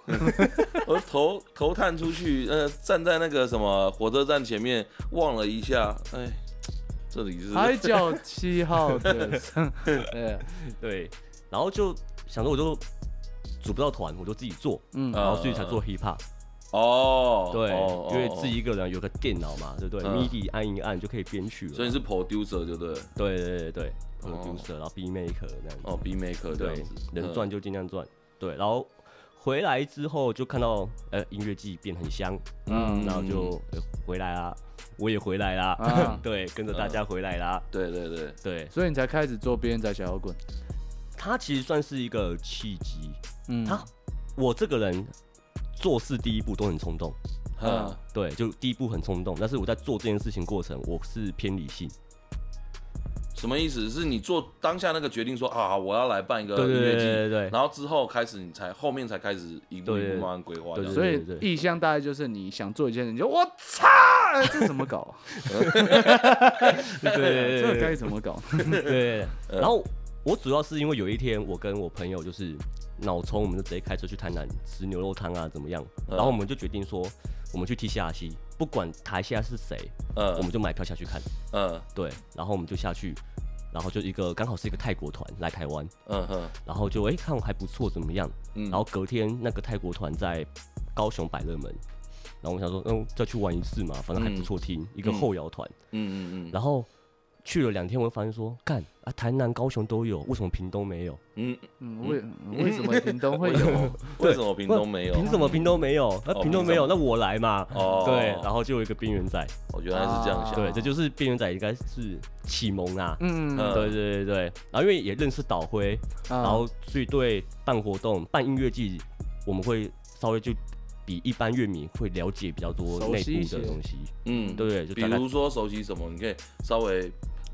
Speaker 1: 我头头探出去，呃，站在那个什么火车站前面，望了一下，哎，这里是
Speaker 2: 海角七号的，
Speaker 3: [laughs]
Speaker 2: 对，啊
Speaker 3: 对，然后就想着我就组不到团，我就自己做，
Speaker 2: 嗯
Speaker 1: 呃
Speaker 3: 然后所以才做 hip hop。
Speaker 1: 哦，
Speaker 3: 对
Speaker 1: 哦，
Speaker 3: 因为
Speaker 1: 哦哦
Speaker 3: 自己一个人有个电脑嘛，对不对
Speaker 1: 嗯
Speaker 3: ？MIDI 按一按就可以编曲了。
Speaker 1: 哦所以你是 producer 就对了，
Speaker 3: 对对对对
Speaker 1: 哦
Speaker 3: ，producer，然后 beat maker 这样子。
Speaker 1: 哦，B maker 这
Speaker 3: 对
Speaker 1: 样子，，嗯
Speaker 3: 能赚就尽量赚。对，然后回来之后就看到呃音乐季变很香，
Speaker 1: 嗯
Speaker 3: 嗯，然后就呃回来啦，我也回来啦
Speaker 2: 啊，
Speaker 3: [laughs] 对，跟着大家回来啦。
Speaker 1: 对对对，
Speaker 3: 对，
Speaker 2: 所以你才开始做边仔小摇滚。
Speaker 3: 它其实算是一个契机。
Speaker 2: 嗯，
Speaker 3: 他我这个人做事第一步都很冲动，
Speaker 1: 嗯
Speaker 2: 嗯，
Speaker 3: 对，就第一步很冲动，但是我在做这件事情过程，我是偏理性，
Speaker 1: 什么意思？是你做当下那个决定说啊，我要来办一个
Speaker 3: 对
Speaker 1: 音
Speaker 3: 对
Speaker 1: 乐
Speaker 3: 对
Speaker 1: 季，
Speaker 3: 对对
Speaker 1: 然后之后开始你才后面才开始一步
Speaker 3: 对
Speaker 1: 一
Speaker 3: 对
Speaker 1: 步
Speaker 3: 对
Speaker 1: 慢慢规划这
Speaker 3: 对
Speaker 1: 样，
Speaker 3: 对
Speaker 2: 所以
Speaker 3: 对对
Speaker 2: 意向大概就是你想做一件事，你就我操，哎这怎么搞？
Speaker 3: [laughs] 对 [laughs] 对
Speaker 2: 这
Speaker 3: 对
Speaker 2: 该怎么搞？
Speaker 3: 对对。然后我主要是因为有一天我跟我朋友就是脑冲，我们就直接开车去台南吃牛肉汤啊，怎么样？
Speaker 1: 嗯
Speaker 3: 然后我们就决定说，我们去踢西亚西，不管台下是谁，我
Speaker 1: 嗯
Speaker 3: 们就买票下去看。
Speaker 1: 嗯
Speaker 3: 对，然后我们就下去，然后就一个刚好是一个泰国团来台湾，
Speaker 1: 嗯哼，
Speaker 3: 然后就哎、诶看我还不错怎么样？
Speaker 1: 嗯
Speaker 3: 然后隔天那个泰国团在高雄百乐门，然后我想说，嗯，再去玩一次嘛，反正还不错听，一个后摇团。
Speaker 1: 嗯嗯嗯
Speaker 3: 然后去了两天，我就发现说，干啊，台南、高雄都有，为什么屏东没有？
Speaker 1: 嗯，
Speaker 2: 嗯，为为什么屏东
Speaker 1: [laughs]
Speaker 2: 会有？
Speaker 1: 为什么屏东没有？
Speaker 3: 凭什么屏东没有？那、
Speaker 1: 哦
Speaker 3: 屏东没有，那我来嘛。
Speaker 1: 哦啊
Speaker 3: 对，然后就啊有一个边缘仔，
Speaker 1: 我原来是这样想，
Speaker 3: 对，这就是边缘仔应该是启蒙啊。
Speaker 2: 嗯，
Speaker 1: 嗯啊
Speaker 3: 对对对对，然后因为也认识岛辉，
Speaker 2: 然
Speaker 3: 然后所以对办活动、办音乐季，我们会稍微就比一般乐迷会了解比较多
Speaker 2: 熟
Speaker 3: 内
Speaker 2: 悉一
Speaker 3: 部
Speaker 2: 些
Speaker 3: 的东西，
Speaker 1: 嗯，
Speaker 3: 对不对？就
Speaker 1: 比
Speaker 3: 大概
Speaker 1: 如说熟悉什么，你可以稍微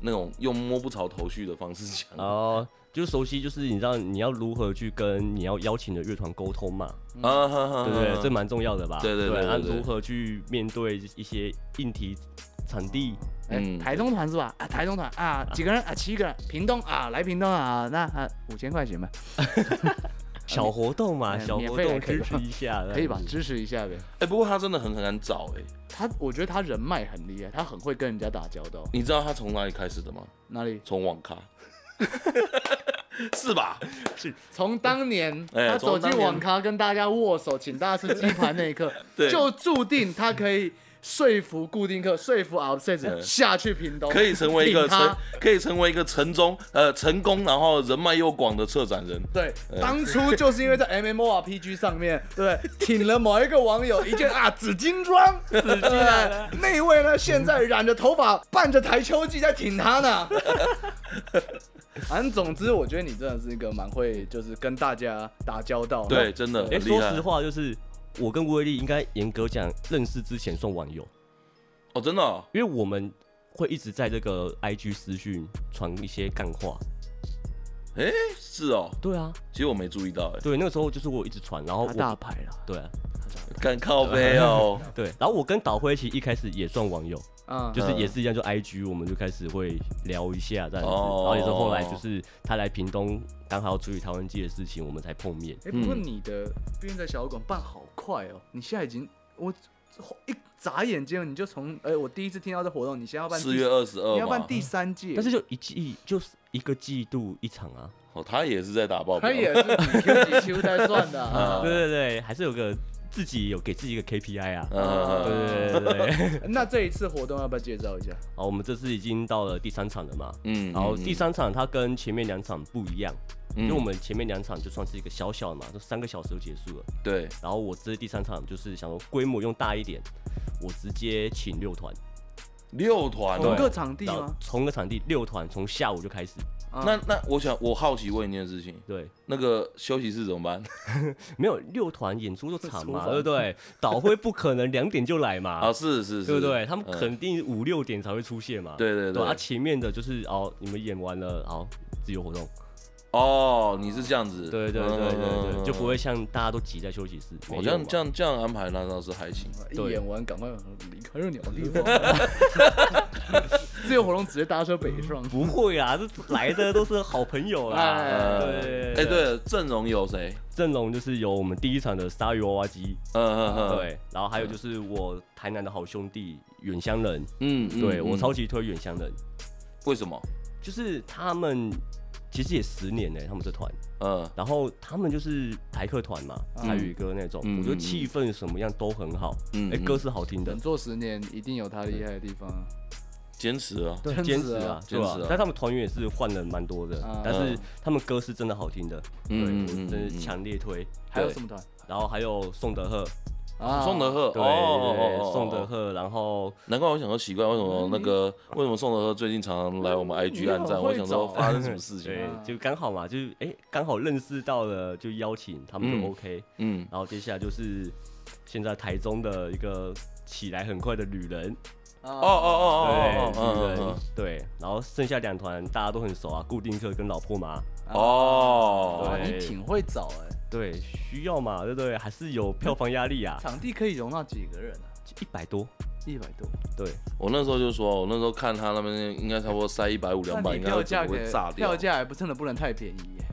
Speaker 1: 那种用摸不着头绪的方式讲。
Speaker 3: 哦，就熟悉，就是你知道你要如何去跟你要邀请的乐团沟通嘛，
Speaker 1: 啊哈哈，
Speaker 3: 嗯对不对？这蛮重要的吧？
Speaker 1: 对对对
Speaker 3: 对，
Speaker 1: 对
Speaker 3: 啊
Speaker 1: 对
Speaker 3: 如何去面对一些硬题场地？
Speaker 2: 哎
Speaker 1: 嗯，
Speaker 2: 台中团是吧？啊，台中团啊，几个人啊？七个人，屏东啊，来屏东啊，那啊五千块钱吧，
Speaker 3: 小活动嘛，
Speaker 2: 免
Speaker 3: 小
Speaker 2: 免
Speaker 3: 活
Speaker 2: 哎费的
Speaker 3: 动
Speaker 2: 可以
Speaker 3: 支
Speaker 2: 吧
Speaker 3: 持一下，
Speaker 2: 可以吧
Speaker 3: 这样？子
Speaker 2: 支持一下呗。
Speaker 1: 哎，不过他真的很很难找哎，
Speaker 2: 他，我觉得他人脉很厉害，他很会跟人家打交道。
Speaker 1: 你知道他从哪里开始的吗？
Speaker 2: 哪里？
Speaker 1: 从网
Speaker 3: [laughs]
Speaker 1: 咖，是吧？
Speaker 2: 从当年
Speaker 1: [laughs] 哎
Speaker 2: 他走
Speaker 1: 从当
Speaker 2: 进
Speaker 1: 年
Speaker 2: 网咖跟大家握手，请大家吃鸡排那一刻
Speaker 1: [laughs] 对，
Speaker 2: 就注定他可以说服固定客，说
Speaker 1: [laughs]
Speaker 2: 服 Upset 下去屏
Speaker 3: 哦
Speaker 2: 东，
Speaker 1: 可以成为一个
Speaker 2: [laughs] 顶他
Speaker 1: 成，可以成为一个成中呃成功，然后人脉又广的策展人。
Speaker 2: 对，
Speaker 1: 嗯
Speaker 2: 当初就是因为在 MMORPG 上面，对，挺了某一个网友一件啊紫金
Speaker 1: [laughs]
Speaker 2: 装，紫金啊，那一位呢，现在染着头发，伴着台球技在挺他
Speaker 1: [laughs]
Speaker 2: 呢。反正总之，我觉得你真的是一个蛮会，就是跟大家打交道。
Speaker 1: 对，，真的很厉
Speaker 3: 哎、说实
Speaker 1: 害。
Speaker 3: 话，就是我跟威力应该严格讲，认识之前算网友，
Speaker 1: 哦，真的哦，
Speaker 3: 因为我们会一直在这个 IG 私讯传一些干话。
Speaker 1: 哎，是哦，
Speaker 3: 对啊，
Speaker 1: 其实我没注意
Speaker 3: [laughs]
Speaker 1: 到，哎，
Speaker 3: 对，那个时候就是我一直传，然后
Speaker 2: 他
Speaker 3: 我
Speaker 2: 大牌了，
Speaker 3: 对啊
Speaker 1: 干靠背
Speaker 3: [laughs]
Speaker 1: 哦，
Speaker 3: 对，然后我跟导辉其实一开始也算网友，
Speaker 2: 嗯，
Speaker 3: 就是
Speaker 1: 嗯
Speaker 3: 也是一样，就 IG 我们就开始会聊一下这样子，
Speaker 1: 哦
Speaker 3: 然后也是后来就是他来屏东刚好处理台湾记的事情，我们才碰面。
Speaker 2: 哎，不过
Speaker 1: 嗯
Speaker 2: 你的毕竟在小馆办好快哦，你现在已经我一眨眼间你就从哎，我第一次听到这活动，你现在要办第
Speaker 1: 四月二十
Speaker 2: 你
Speaker 1: 二
Speaker 2: 要办
Speaker 1: 嘛，
Speaker 2: 第三届，
Speaker 3: 但是就一季就是一个季度一场啊，
Speaker 1: 哦，他也是在打爆表
Speaker 2: 他，也是比 Q 几 Q 在算的
Speaker 1: 啊
Speaker 2: 啊。 [laughs]
Speaker 3: 对对对，还是有个自己有给自己一个 KPI 啊。 [laughs]
Speaker 1: 嗯嗯嗯
Speaker 3: 对对对 [laughs] 对，
Speaker 2: 那这一次活动要不要介绍一下？
Speaker 3: 好，我们这次已经到了第三场了嘛，
Speaker 1: 嗯，
Speaker 3: 然后第
Speaker 1: 嗯，
Speaker 3: 三场它跟前面两场不一样，因
Speaker 1: 因
Speaker 3: 为我们前面两场就算是一个小小的嘛，就三个小时就结束了。
Speaker 1: 对，
Speaker 3: 然后我这第三场就是想说规模用大一点，我直接请六团，
Speaker 1: 六团
Speaker 2: 同
Speaker 1: 哦，
Speaker 2: 个场地
Speaker 3: 然后
Speaker 2: 吗？
Speaker 3: 从个场地六团从下午就开始，
Speaker 2: 啊
Speaker 1: 那那我想我好奇问一件事情，
Speaker 3: 对，
Speaker 1: 那个休息室怎么办？
Speaker 3: 没有六团演出就场
Speaker 2: 厨
Speaker 3: 嘛，
Speaker 2: 房
Speaker 3: 对不对？导会不可能两点就来嘛 [laughs]
Speaker 1: 啊，，是是是，
Speaker 3: 对不对？他们
Speaker 1: 嗯
Speaker 3: 肯定五六点才会出现嘛，
Speaker 1: 对对
Speaker 3: 对
Speaker 1: 对
Speaker 3: 啊，，前面的就是哦，你们演完了，好自由活动，
Speaker 1: 哦，你是这样子，嗯
Speaker 3: 对对对对对，就不会像大家都挤在休息室，
Speaker 1: 我
Speaker 3: 没
Speaker 1: 哦这
Speaker 3: 有
Speaker 1: 样
Speaker 3: 嘛
Speaker 1: 这样这样安排，那倒是还行。
Speaker 2: 一
Speaker 3: 对
Speaker 2: 演完赶快离开热鸟地
Speaker 1: [laughs]
Speaker 2: 方。自由活动直接搭车北
Speaker 1: 嗯
Speaker 2: 上。
Speaker 3: 不会啊，这来的都是好朋友 [laughs] 啦。
Speaker 2: 哎，
Speaker 1: 呃
Speaker 3: 对
Speaker 1: 哎，对了，阵容有谁？
Speaker 3: 阵容就是有我们第一场的鲨鱼娃娃机，
Speaker 1: 嗯嗯嗯，，
Speaker 3: 对，然后还有就是我台南的好兄弟远乡人，
Speaker 1: 嗯，嗯
Speaker 3: 对我
Speaker 1: 嗯
Speaker 3: 超级推远乡人，
Speaker 1: 为什么？
Speaker 3: 就是他们其实也十年呢，他们这团，
Speaker 1: 嗯
Speaker 3: 然后他们就是台客团嘛，
Speaker 2: 嗯
Speaker 3: 台语歌那种，
Speaker 1: 嗯
Speaker 3: 我觉得气氛什么样都很好，
Speaker 1: 嗯，
Speaker 3: 哎，
Speaker 1: 嗯
Speaker 3: 歌是好听的
Speaker 2: 等，做十年，一定有他厉害的地方啊。
Speaker 1: 坚持啊，
Speaker 3: 对
Speaker 2: 坚持
Speaker 3: 坚持
Speaker 2: 啊
Speaker 3: 啊，对吧
Speaker 1: 坚持啊？
Speaker 3: 但他们团员也是换了蛮多的
Speaker 2: 啊，
Speaker 3: 但是他们歌是真的好听的，对，
Speaker 1: 嗯
Speaker 3: 我
Speaker 1: 嗯嗯
Speaker 3: 真
Speaker 1: 嗯
Speaker 3: 的
Speaker 1: 嗯
Speaker 3: 强烈推。
Speaker 2: 还有什么团？
Speaker 3: 然后还有宋德赫，
Speaker 2: 啊
Speaker 1: 宋德赫，
Speaker 3: 对，
Speaker 1: 哦
Speaker 3: 对
Speaker 1: 哦，
Speaker 3: 宋德
Speaker 1: 赫，
Speaker 3: 赫，然后
Speaker 1: 难怪我想说奇怪，为什么那个为什么宋德赫最近常常来我们
Speaker 2: 你
Speaker 1: IG
Speaker 2: 很
Speaker 1: 暗赞？
Speaker 2: 会
Speaker 1: 我想说
Speaker 2: 找
Speaker 1: 发生什么事情？啊
Speaker 3: 对，就刚好嘛，就是哎，刚好认识到了，就邀请他们
Speaker 1: 嗯
Speaker 3: 就 OK。
Speaker 1: 嗯，
Speaker 3: 然后接下来就是现在台中的一个起来很快的旅人，
Speaker 1: 哦
Speaker 2: 哦
Speaker 1: 哦哦
Speaker 3: 对，
Speaker 1: 哦哦
Speaker 3: 旅
Speaker 1: 哦
Speaker 3: 人
Speaker 1: 哦，
Speaker 3: 对，然后剩下两团大家都很熟啊，固定客跟老破麻，
Speaker 1: 哦哦，
Speaker 2: 哇
Speaker 3: 对
Speaker 2: 啊你挺会找哎，
Speaker 3: 对，需要嘛，对不对？还是有票房压力啊，
Speaker 2: 场地可以容纳几个人啊？
Speaker 3: 一百多，
Speaker 2: 一百多。
Speaker 3: 对，
Speaker 1: 我那时候就说，我那时候看他那边应该差不多塞一百五两
Speaker 2: 那
Speaker 1: 百，
Speaker 2: 你
Speaker 1: 应该
Speaker 2: 票
Speaker 1: 会
Speaker 2: 价
Speaker 1: 整个
Speaker 2: 给
Speaker 1: 会炸掉。
Speaker 2: 票价也不真的不能太便宜耶。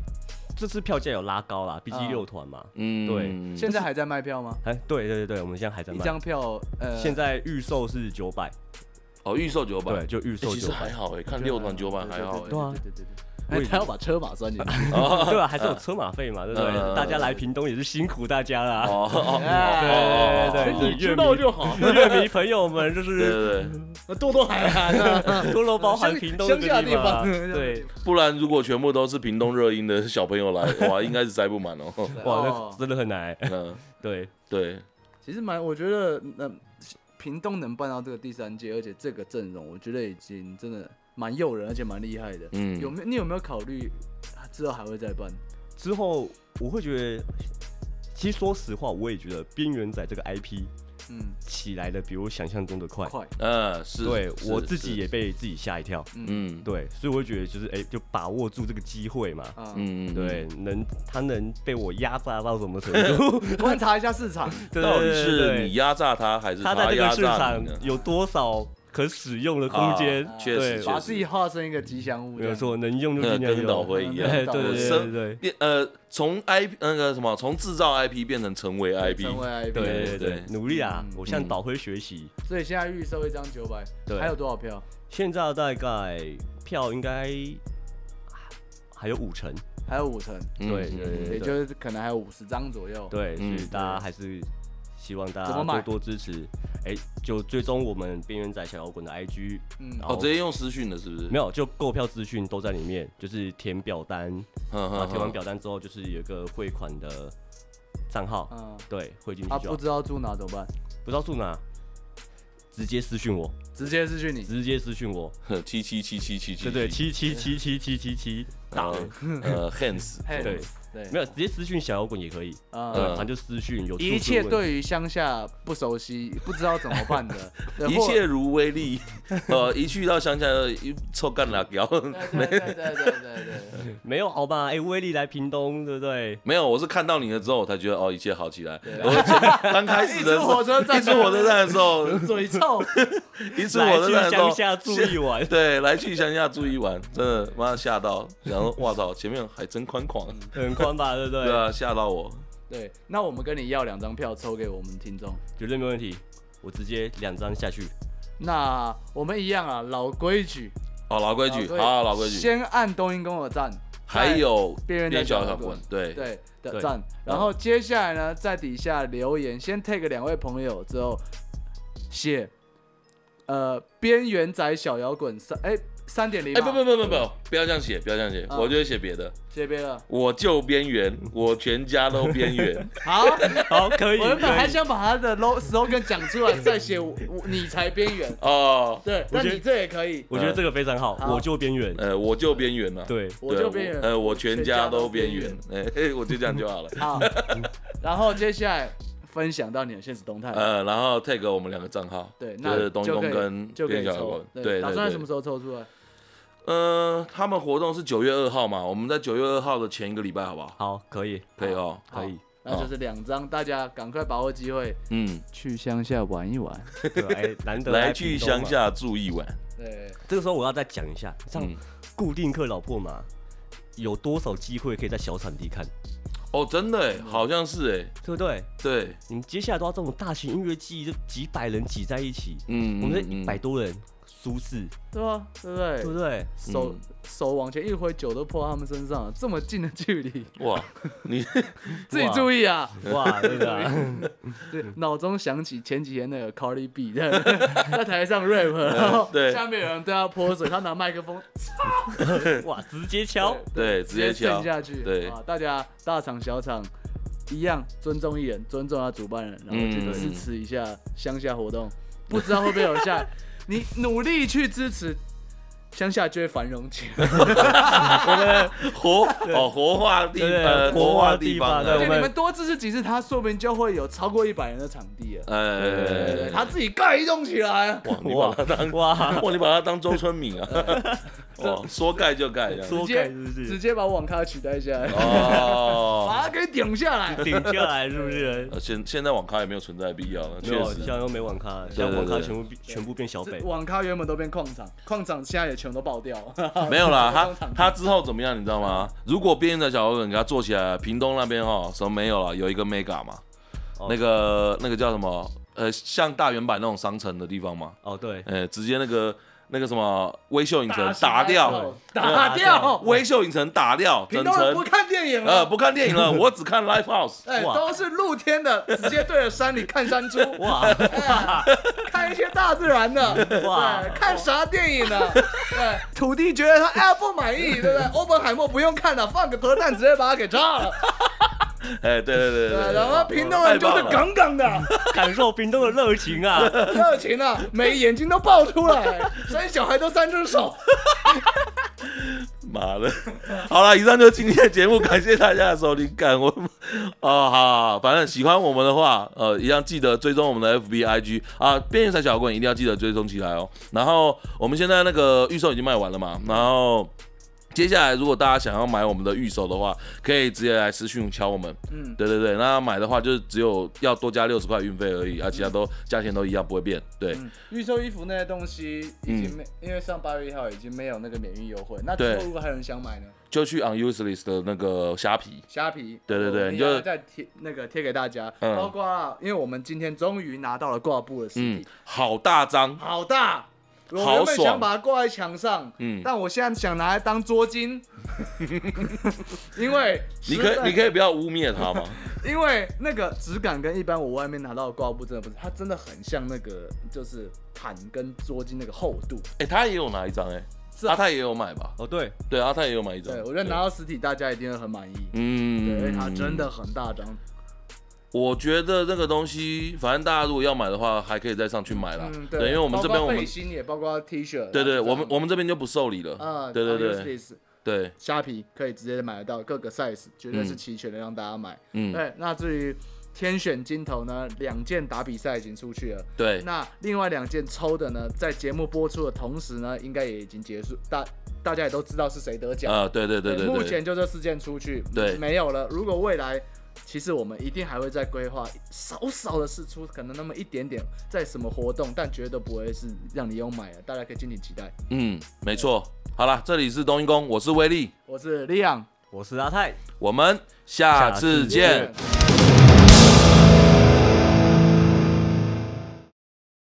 Speaker 3: 这次票价有拉高啦，毕
Speaker 2: 啊
Speaker 3: 竟六团嘛，
Speaker 1: 嗯，
Speaker 3: 对
Speaker 2: 现在还在卖票吗？
Speaker 3: 哎，对对对对，我们现在还在
Speaker 2: 一
Speaker 3: 卖，
Speaker 2: 张票呃，
Speaker 3: 现在预售是九百，
Speaker 1: 哦预售九百
Speaker 3: 对，，就预
Speaker 1: 欸
Speaker 3: 售
Speaker 1: 其
Speaker 3: 九
Speaker 1: 实
Speaker 3: 百
Speaker 1: 还，好哎，看六团九百还好
Speaker 2: 啊对
Speaker 1: 哎。
Speaker 3: 好欸
Speaker 2: 对对对对
Speaker 3: 我
Speaker 2: 对。
Speaker 3: 以
Speaker 2: 哎，
Speaker 3: 为
Speaker 2: 他要把车马算进去。
Speaker 3: [laughs] 对啊吧？还是有车马费嘛，对不对
Speaker 1: 嗯？
Speaker 3: 大家来屏东也是辛苦大家 [laughs] 啦。
Speaker 1: 哦哦
Speaker 3: 对对对，
Speaker 2: 知道就好，
Speaker 3: 乐迷朋友们就
Speaker 1: 对 [laughs]
Speaker 3: 是
Speaker 1: 对对，
Speaker 2: 多多海涵啊。
Speaker 3: 多多包含屏东这个
Speaker 2: 乡下地
Speaker 3: 地
Speaker 2: 方
Speaker 3: 方，
Speaker 2: 对
Speaker 3: 对，
Speaker 1: 不然如果全部都是屏东热音的小朋友来，哇，应该是塞不满 [laughs]
Speaker 3: [laughs]
Speaker 1: 哦。
Speaker 3: 哇，
Speaker 2: 哦
Speaker 3: 那真的很难。
Speaker 1: 嗯，
Speaker 3: 对，
Speaker 1: 对，
Speaker 2: 其实蛮，我觉得那、屏东能办到这个第三届，而且这个阵容，我觉得已经真的蛮诱人，而且蛮厉害的。
Speaker 1: 嗯
Speaker 2: 有没有你有没有考虑啊之后还会再办？
Speaker 3: 之后我会觉得，其实说实话，我也觉得边缘仔这个 IP
Speaker 2: 嗯，
Speaker 3: 起来的比我想象中的快。
Speaker 2: 快，
Speaker 1: 嗯是，
Speaker 3: 对
Speaker 1: 是
Speaker 3: 我自己，
Speaker 1: 是
Speaker 3: 也被自己吓一跳。
Speaker 1: 嗯
Speaker 3: 对，所以我会觉得就是哎，就把握住这个机会嘛。
Speaker 2: 啊，
Speaker 1: 嗯嗯，
Speaker 3: 对，能他能被我压榨到什么程
Speaker 1: [laughs]
Speaker 3: 度？
Speaker 2: 观察一下市场，
Speaker 3: 对
Speaker 1: 到底
Speaker 3: 对对
Speaker 1: 是
Speaker 3: 对
Speaker 1: 你压榨他，还是
Speaker 3: 他在这个
Speaker 1: 压
Speaker 3: 市
Speaker 1: 榨
Speaker 3: 场
Speaker 1: 你呢？
Speaker 3: 有多少可使用的空间
Speaker 1: 啊？确实
Speaker 3: 对
Speaker 1: 确，实
Speaker 2: 把自己化身一个吉祥物，
Speaker 3: 没有，错，能用就尽量
Speaker 1: 跟导
Speaker 3: 用。
Speaker 1: 回一样
Speaker 3: [laughs] 哎，对
Speaker 2: 导
Speaker 3: 对
Speaker 2: 回
Speaker 3: 对
Speaker 1: 生
Speaker 3: 对对
Speaker 1: 变呃，从 IP 那个什么，从制造 IP 变成成为 IP，
Speaker 2: 成为 IP。
Speaker 3: 对
Speaker 1: 对
Speaker 3: 对对，努力啊
Speaker 2: 嗯！
Speaker 3: 我向导辉学习。
Speaker 2: 所以现在预售一张九百，
Speaker 3: 对
Speaker 2: 还有多少票？
Speaker 3: 现在大概票应该还有五成，
Speaker 2: 还有五成，
Speaker 1: 嗯
Speaker 3: 对
Speaker 1: 嗯
Speaker 3: 对
Speaker 2: 也就是可能还有五十张左右。
Speaker 3: 对，所
Speaker 1: 嗯
Speaker 3: 以大家还是希望大
Speaker 2: 怎么
Speaker 3: 家
Speaker 2: 买
Speaker 3: 多多支持。哎、就追踪我们边缘仔小摇滚的 IG，
Speaker 2: 嗯
Speaker 3: 然
Speaker 1: 哦，
Speaker 3: 后
Speaker 1: 直接用私讯的，是不是？
Speaker 3: 没有，就购票资讯都在里面，就是填表单，
Speaker 1: 嗯，
Speaker 3: 然后
Speaker 1: 嗯
Speaker 3: 填啊完表单之后，就是有一个汇款的账号，
Speaker 2: 嗯，
Speaker 3: 对，汇进去
Speaker 2: 啊，
Speaker 3: 就好。
Speaker 2: 不知道住哪怎么办？
Speaker 3: 不知道住哪，直接私讯我，
Speaker 2: 直接失去你。
Speaker 3: 直接私讯我，
Speaker 1: 哼七七七七七七，
Speaker 3: 对对，七七七七七七七打的，
Speaker 1: 嗯
Speaker 3: [laughs]
Speaker 1: 呃 hands，
Speaker 2: 嘿
Speaker 3: 对
Speaker 2: 对，
Speaker 3: 没有，直接私讯小摇滚也可以，
Speaker 2: 啊
Speaker 3: 对，反正就私讯有
Speaker 2: 一
Speaker 3: 出
Speaker 2: 切
Speaker 3: 什么问题
Speaker 2: 对于乡下不熟悉、不知道怎么办
Speaker 3: [laughs]
Speaker 2: 的，对
Speaker 1: 一
Speaker 2: 或
Speaker 1: 切如微粒， [laughs] 呃，一去到乡下一臭干辣椒，
Speaker 2: 对对对对对对
Speaker 3: [laughs]
Speaker 2: 对
Speaker 3: 没有好吧？哎，威力来屏东，对不对？
Speaker 1: 没有，我是看到你了之后，我才觉得哦，一切好起来。
Speaker 2: 对
Speaker 1: 我前 [laughs] 刚开始的时
Speaker 2: 一出 [laughs]
Speaker 1: 候，
Speaker 2: 火车站
Speaker 1: 一出火车站的时候，
Speaker 2: 对， [laughs] 嘴臭，
Speaker 1: 一出火
Speaker 3: 来
Speaker 1: 车
Speaker 3: 去
Speaker 1: 站的时候
Speaker 3: 乡，下住一
Speaker 1: [laughs]
Speaker 3: 晚，
Speaker 1: 对，来去乡下住一晚，真的妈吓到，然后哇操，前面还真宽广，
Speaker 3: 很宽吧，对不
Speaker 1: 对
Speaker 3: 嗯对？
Speaker 1: 啊，吓到我。
Speaker 2: 对，那我们跟你要两张票抽给我们听众。
Speaker 3: 绝对没问题，我直接两张下
Speaker 1: [laughs]
Speaker 3: 去。
Speaker 2: 那我们一样啊，老规矩，
Speaker 1: 好，老规矩，好，老规矩。
Speaker 2: 先按东音宫的赞，
Speaker 1: 还有
Speaker 2: 边缘
Speaker 1: 边
Speaker 2: 的
Speaker 1: 角
Speaker 2: 小
Speaker 1: 小
Speaker 2: 滚
Speaker 1: 滚，对，嗯
Speaker 2: 对的
Speaker 3: 对
Speaker 2: 赞，然后接下来呢，在底下留言，先 take 两位朋友之后写，呃，边缘仔小摇滚三，哎，三点零，
Speaker 1: 哎，不不不不不，不要这样写，不要这样写，
Speaker 2: 嗯
Speaker 1: 我就会写别的。
Speaker 2: 写别了，
Speaker 1: 我就边缘，我全家都边缘。
Speaker 2: 好。
Speaker 3: 好，可以。
Speaker 2: [laughs] 我原本还
Speaker 3: 可以
Speaker 2: 想把他的 low slogan 讲出来，再写我我你才边缘。
Speaker 1: 哦，
Speaker 2: 对，
Speaker 3: 我
Speaker 2: 那
Speaker 3: 觉得
Speaker 2: 你这也可以。
Speaker 3: 我觉得这个非常好，
Speaker 2: 好
Speaker 3: 我就边缘。
Speaker 1: 呃，我就边缘了。
Speaker 3: 对，
Speaker 2: 我
Speaker 1: 对
Speaker 2: 就边缘
Speaker 1: 呃，我全
Speaker 2: 全
Speaker 1: 家
Speaker 2: 家
Speaker 1: 都
Speaker 2: 都
Speaker 1: 边
Speaker 2: 边
Speaker 1: 缘。哎、嘿我就这样就
Speaker 2: [laughs]
Speaker 1: 好了。
Speaker 2: 好，
Speaker 1: 嗯
Speaker 2: 然后接下来分享到你的现实动态。
Speaker 1: 呃，然后 tag 我们两个账号，
Speaker 2: 对，
Speaker 1: 就
Speaker 2: 那
Speaker 1: 是东
Speaker 2: 就可
Speaker 1: 东
Speaker 2: 以
Speaker 1: 跟
Speaker 2: 就可
Speaker 1: 边
Speaker 2: 以
Speaker 1: 角狗
Speaker 2: 抽，，
Speaker 1: 对对
Speaker 2: 打算什么
Speaker 1: 对。
Speaker 2: 时候抽出来？
Speaker 1: 呃，他们活动是九月二号嘛，我们在九月二号的前一个礼拜，好不好？
Speaker 3: 好，可以，
Speaker 1: 可以哦。
Speaker 2: 好
Speaker 1: [laughs]
Speaker 3: 可以。
Speaker 2: 那就是两张，大家赶快把握机会
Speaker 1: 嗯，
Speaker 2: 去乡下玩一玩。
Speaker 3: 对哎，难得
Speaker 1: 来
Speaker 3: 来
Speaker 1: 去
Speaker 3: 屏东嘛
Speaker 1: 乡。下住一晚。
Speaker 2: 对，
Speaker 3: 这个时候我要再讲一下，像
Speaker 1: 嗯，
Speaker 3: 固定客老破马有多少机会可以在小场地看，
Speaker 1: 哦，真的哎，好像是哎，
Speaker 3: 对不对？
Speaker 1: 对，
Speaker 3: 你们接下来都要这种大型音乐季，就几百人挤在一起，
Speaker 1: 嗯，
Speaker 3: 我们这
Speaker 1: 嗯
Speaker 3: 一百，多人，舒适，
Speaker 2: 对啊，对不
Speaker 3: 对不
Speaker 2: 对？
Speaker 3: 对？
Speaker 1: [laughs]
Speaker 2: 手手往前一挥，酒都泼他们身上了，这么近的距离，
Speaker 1: 嗯哇， [laughs] 你
Speaker 2: 自己注意啊！
Speaker 3: 哇，真的啊，
Speaker 2: 对，脑中想起前几天那个 Cardi B 在 [laughs] 在台上 rap，然后
Speaker 1: 对
Speaker 2: 下面有人对他泼水，他拿麦克风
Speaker 1: [laughs]
Speaker 3: 哇，直接敲，
Speaker 1: 对直接敲
Speaker 2: 震下去。
Speaker 1: 对
Speaker 2: 啊，大家大场小场一样尊重艺人，尊重他主办人，然后去
Speaker 1: 嗯
Speaker 2: 支持一下乡下活动。不知道会不会有下，你努力去支持。乡下就会繁荣起来。
Speaker 3: 我们
Speaker 1: 活哦活化地
Speaker 3: 对
Speaker 1: 呃
Speaker 3: 活化
Speaker 1: 化
Speaker 3: 地
Speaker 1: 方，
Speaker 3: 方对
Speaker 2: 对，
Speaker 1: 呃
Speaker 3: 我
Speaker 2: 你
Speaker 3: 们
Speaker 2: 们多支持几次，他说不定就会有超过一百人的场地了。对对
Speaker 1: 呃
Speaker 2: 对，，他自己盖一栋起来。啊
Speaker 1: 哇，哦你把
Speaker 3: 哇
Speaker 1: 它当
Speaker 3: 哇， [laughs]
Speaker 1: [laughs] 哇，你把它当周春 [laughs] 敏啊！哇，说盖就盖这样。
Speaker 3: 说
Speaker 2: 直接
Speaker 3: 盖是不
Speaker 2: 直
Speaker 3: 是？
Speaker 2: 接把网咖取代下来，
Speaker 1: 哦，
Speaker 2: 把它给顶下
Speaker 3: [laughs]
Speaker 2: 来。
Speaker 3: 顶下来是不是？
Speaker 1: 呃现现在网咖也没有存在的必要了，[laughs]
Speaker 3: 没
Speaker 1: 确
Speaker 3: 有，啊
Speaker 1: 实
Speaker 3: 现。在都没网咖，现
Speaker 1: 对
Speaker 3: 在网咖
Speaker 1: 对
Speaker 3: 全部变全部变小
Speaker 2: 这
Speaker 3: 北，
Speaker 2: 网咖原本都变矿场，矿场现在也全都爆掉了。
Speaker 1: 没有啦，他他之后怎么样，你知道吗？如果边缘的小摇滚给他做起来，屏东那边哈什么没有了，有一个 mega 嘛，
Speaker 3: 哦
Speaker 1: 那个那个叫什么？呃，像大圆板那种商城的地方嘛，
Speaker 3: 哦
Speaker 1: [laughs]
Speaker 3: 对，
Speaker 1: 呃，直接那个那个什么微秀影
Speaker 2: [laughs]
Speaker 1: 城
Speaker 2: 打
Speaker 1: 打掉，，
Speaker 2: 打
Speaker 3: 打掉
Speaker 2: 掉。
Speaker 1: 微秀影城打掉，
Speaker 2: 屏
Speaker 1: 整
Speaker 2: 东人不啊
Speaker 1: 城
Speaker 2: 看电影
Speaker 1: 呃
Speaker 2: 了，
Speaker 1: 不看电影了，我只看 live house。
Speaker 2: 哎，
Speaker 3: 哇
Speaker 2: 都是露天的，直接对着山里看山猪，
Speaker 3: [laughs] 哇
Speaker 2: 哎看一些大自然的，
Speaker 3: 哇
Speaker 2: 对，看啥电影呢？对，土地觉得他哎不满意，对不
Speaker 3: [laughs]
Speaker 2: 对？欧本海默不用看了，放个核弹直接把他给炸了。
Speaker 1: 哎，对对对对
Speaker 2: 对，啊
Speaker 1: 对，
Speaker 2: 然后屏东人就是
Speaker 1: 太棒了
Speaker 2: 杠
Speaker 1: [laughs]
Speaker 2: 杠的。
Speaker 3: 感受屏东的热情啊！
Speaker 2: 热情啊，每眼睛都爆
Speaker 1: [laughs]
Speaker 2: 出来，生小孩都三只手。
Speaker 1: [laughs] 妈的！好了，以上就是今天的节目，感谢大家的收听。感我们哦，好好，好反正喜欢我们的话，呃，一样记得追踪我们的 FB IG 啊，边缘才小棍一定要记得追踪起来哦。然后我们现在那个预售已经卖完了嘛，然后。接下来，如果大家想要买我们的预售的话，可以直接来私讯敲我们。
Speaker 2: 嗯，
Speaker 1: 对对对，那买的话就是只有要多加六十块运费而已，啊，其他都价钱都一样，不会变。对，
Speaker 2: 预售衣服那些东西已经没，因为上八月一号已经没有那个免运优惠。那
Speaker 1: 嗯
Speaker 2: 之
Speaker 1: 对
Speaker 2: 后如果还有人想买呢，
Speaker 1: 就去 Unuseless 的那个虾皮。
Speaker 2: 虾皮，
Speaker 1: 对对对
Speaker 2: 我们
Speaker 1: 你就
Speaker 2: 要再贴那个贴给大家，
Speaker 1: 嗯
Speaker 2: 包括啊因为我们今天终于拿到了挂布的实
Speaker 1: 嗯
Speaker 2: 体，，
Speaker 1: 好大张。
Speaker 2: 好大。我
Speaker 1: 好
Speaker 2: 原本
Speaker 1: 爽
Speaker 2: 想把它挂在墙上，
Speaker 1: 嗯
Speaker 2: 但我现在想拿
Speaker 1: [laughs]
Speaker 2: 来当桌巾，因为
Speaker 1: 你可
Speaker 2: 实在 [laughs]
Speaker 1: 以，你可以不要污蔑他吗？
Speaker 2: 因为那个质感跟一般我外面拿到的挂布真的不是，它真的很像那个就是毯跟桌巾那个厚度。
Speaker 1: 哎、他也有拿一张哎、
Speaker 2: 是啊
Speaker 1: 阿泰也有买吧？
Speaker 3: 哦，对，
Speaker 1: 对，阿泰也有买一张。
Speaker 2: 对，我觉得拿，到实体大家一定会很满意，对，因为
Speaker 1: 嗯，
Speaker 2: 它真的很大张。
Speaker 1: 我觉得这个东西，反正大家如果要买的话，还可以再上去买啦。
Speaker 2: 嗯，
Speaker 1: 对，因为我们这边
Speaker 2: 包
Speaker 1: 我
Speaker 2: 括
Speaker 1: 们
Speaker 2: 背，心也包括 T 恤，
Speaker 1: 对对，
Speaker 2: 然后
Speaker 1: 我们我们这边就不受理
Speaker 2: 啊，
Speaker 1: 了。对对对
Speaker 2: Unisys
Speaker 1: 对，
Speaker 2: 虾皮可以直接买得到各个 size，绝对是
Speaker 1: 嗯
Speaker 2: 齐全的让大家买。
Speaker 1: 嗯，
Speaker 2: 对，那至于天选金头呢，两件打比赛已经出去了，
Speaker 1: 对，
Speaker 2: 那另外两件抽的呢，在节目播出的同时呢，应该也已经结束，大大家也都知道是谁得奖。
Speaker 1: 啊，对对对对
Speaker 2: 目
Speaker 1: 对，
Speaker 2: 前就这四件出去，
Speaker 1: 对
Speaker 2: 没有了。如果未来，其实我们一定还会再规划少少的试出，可能那么一点点，在什么活动，但绝对不会是让你有买的，大家可以敬请期待。
Speaker 1: 嗯，没错。好啦，这里是冬阴功，我是威力，
Speaker 2: 我是 Leon，
Speaker 3: 我是阿泰。
Speaker 1: 我们下
Speaker 3: 下次
Speaker 1: 次见。
Speaker 2: 见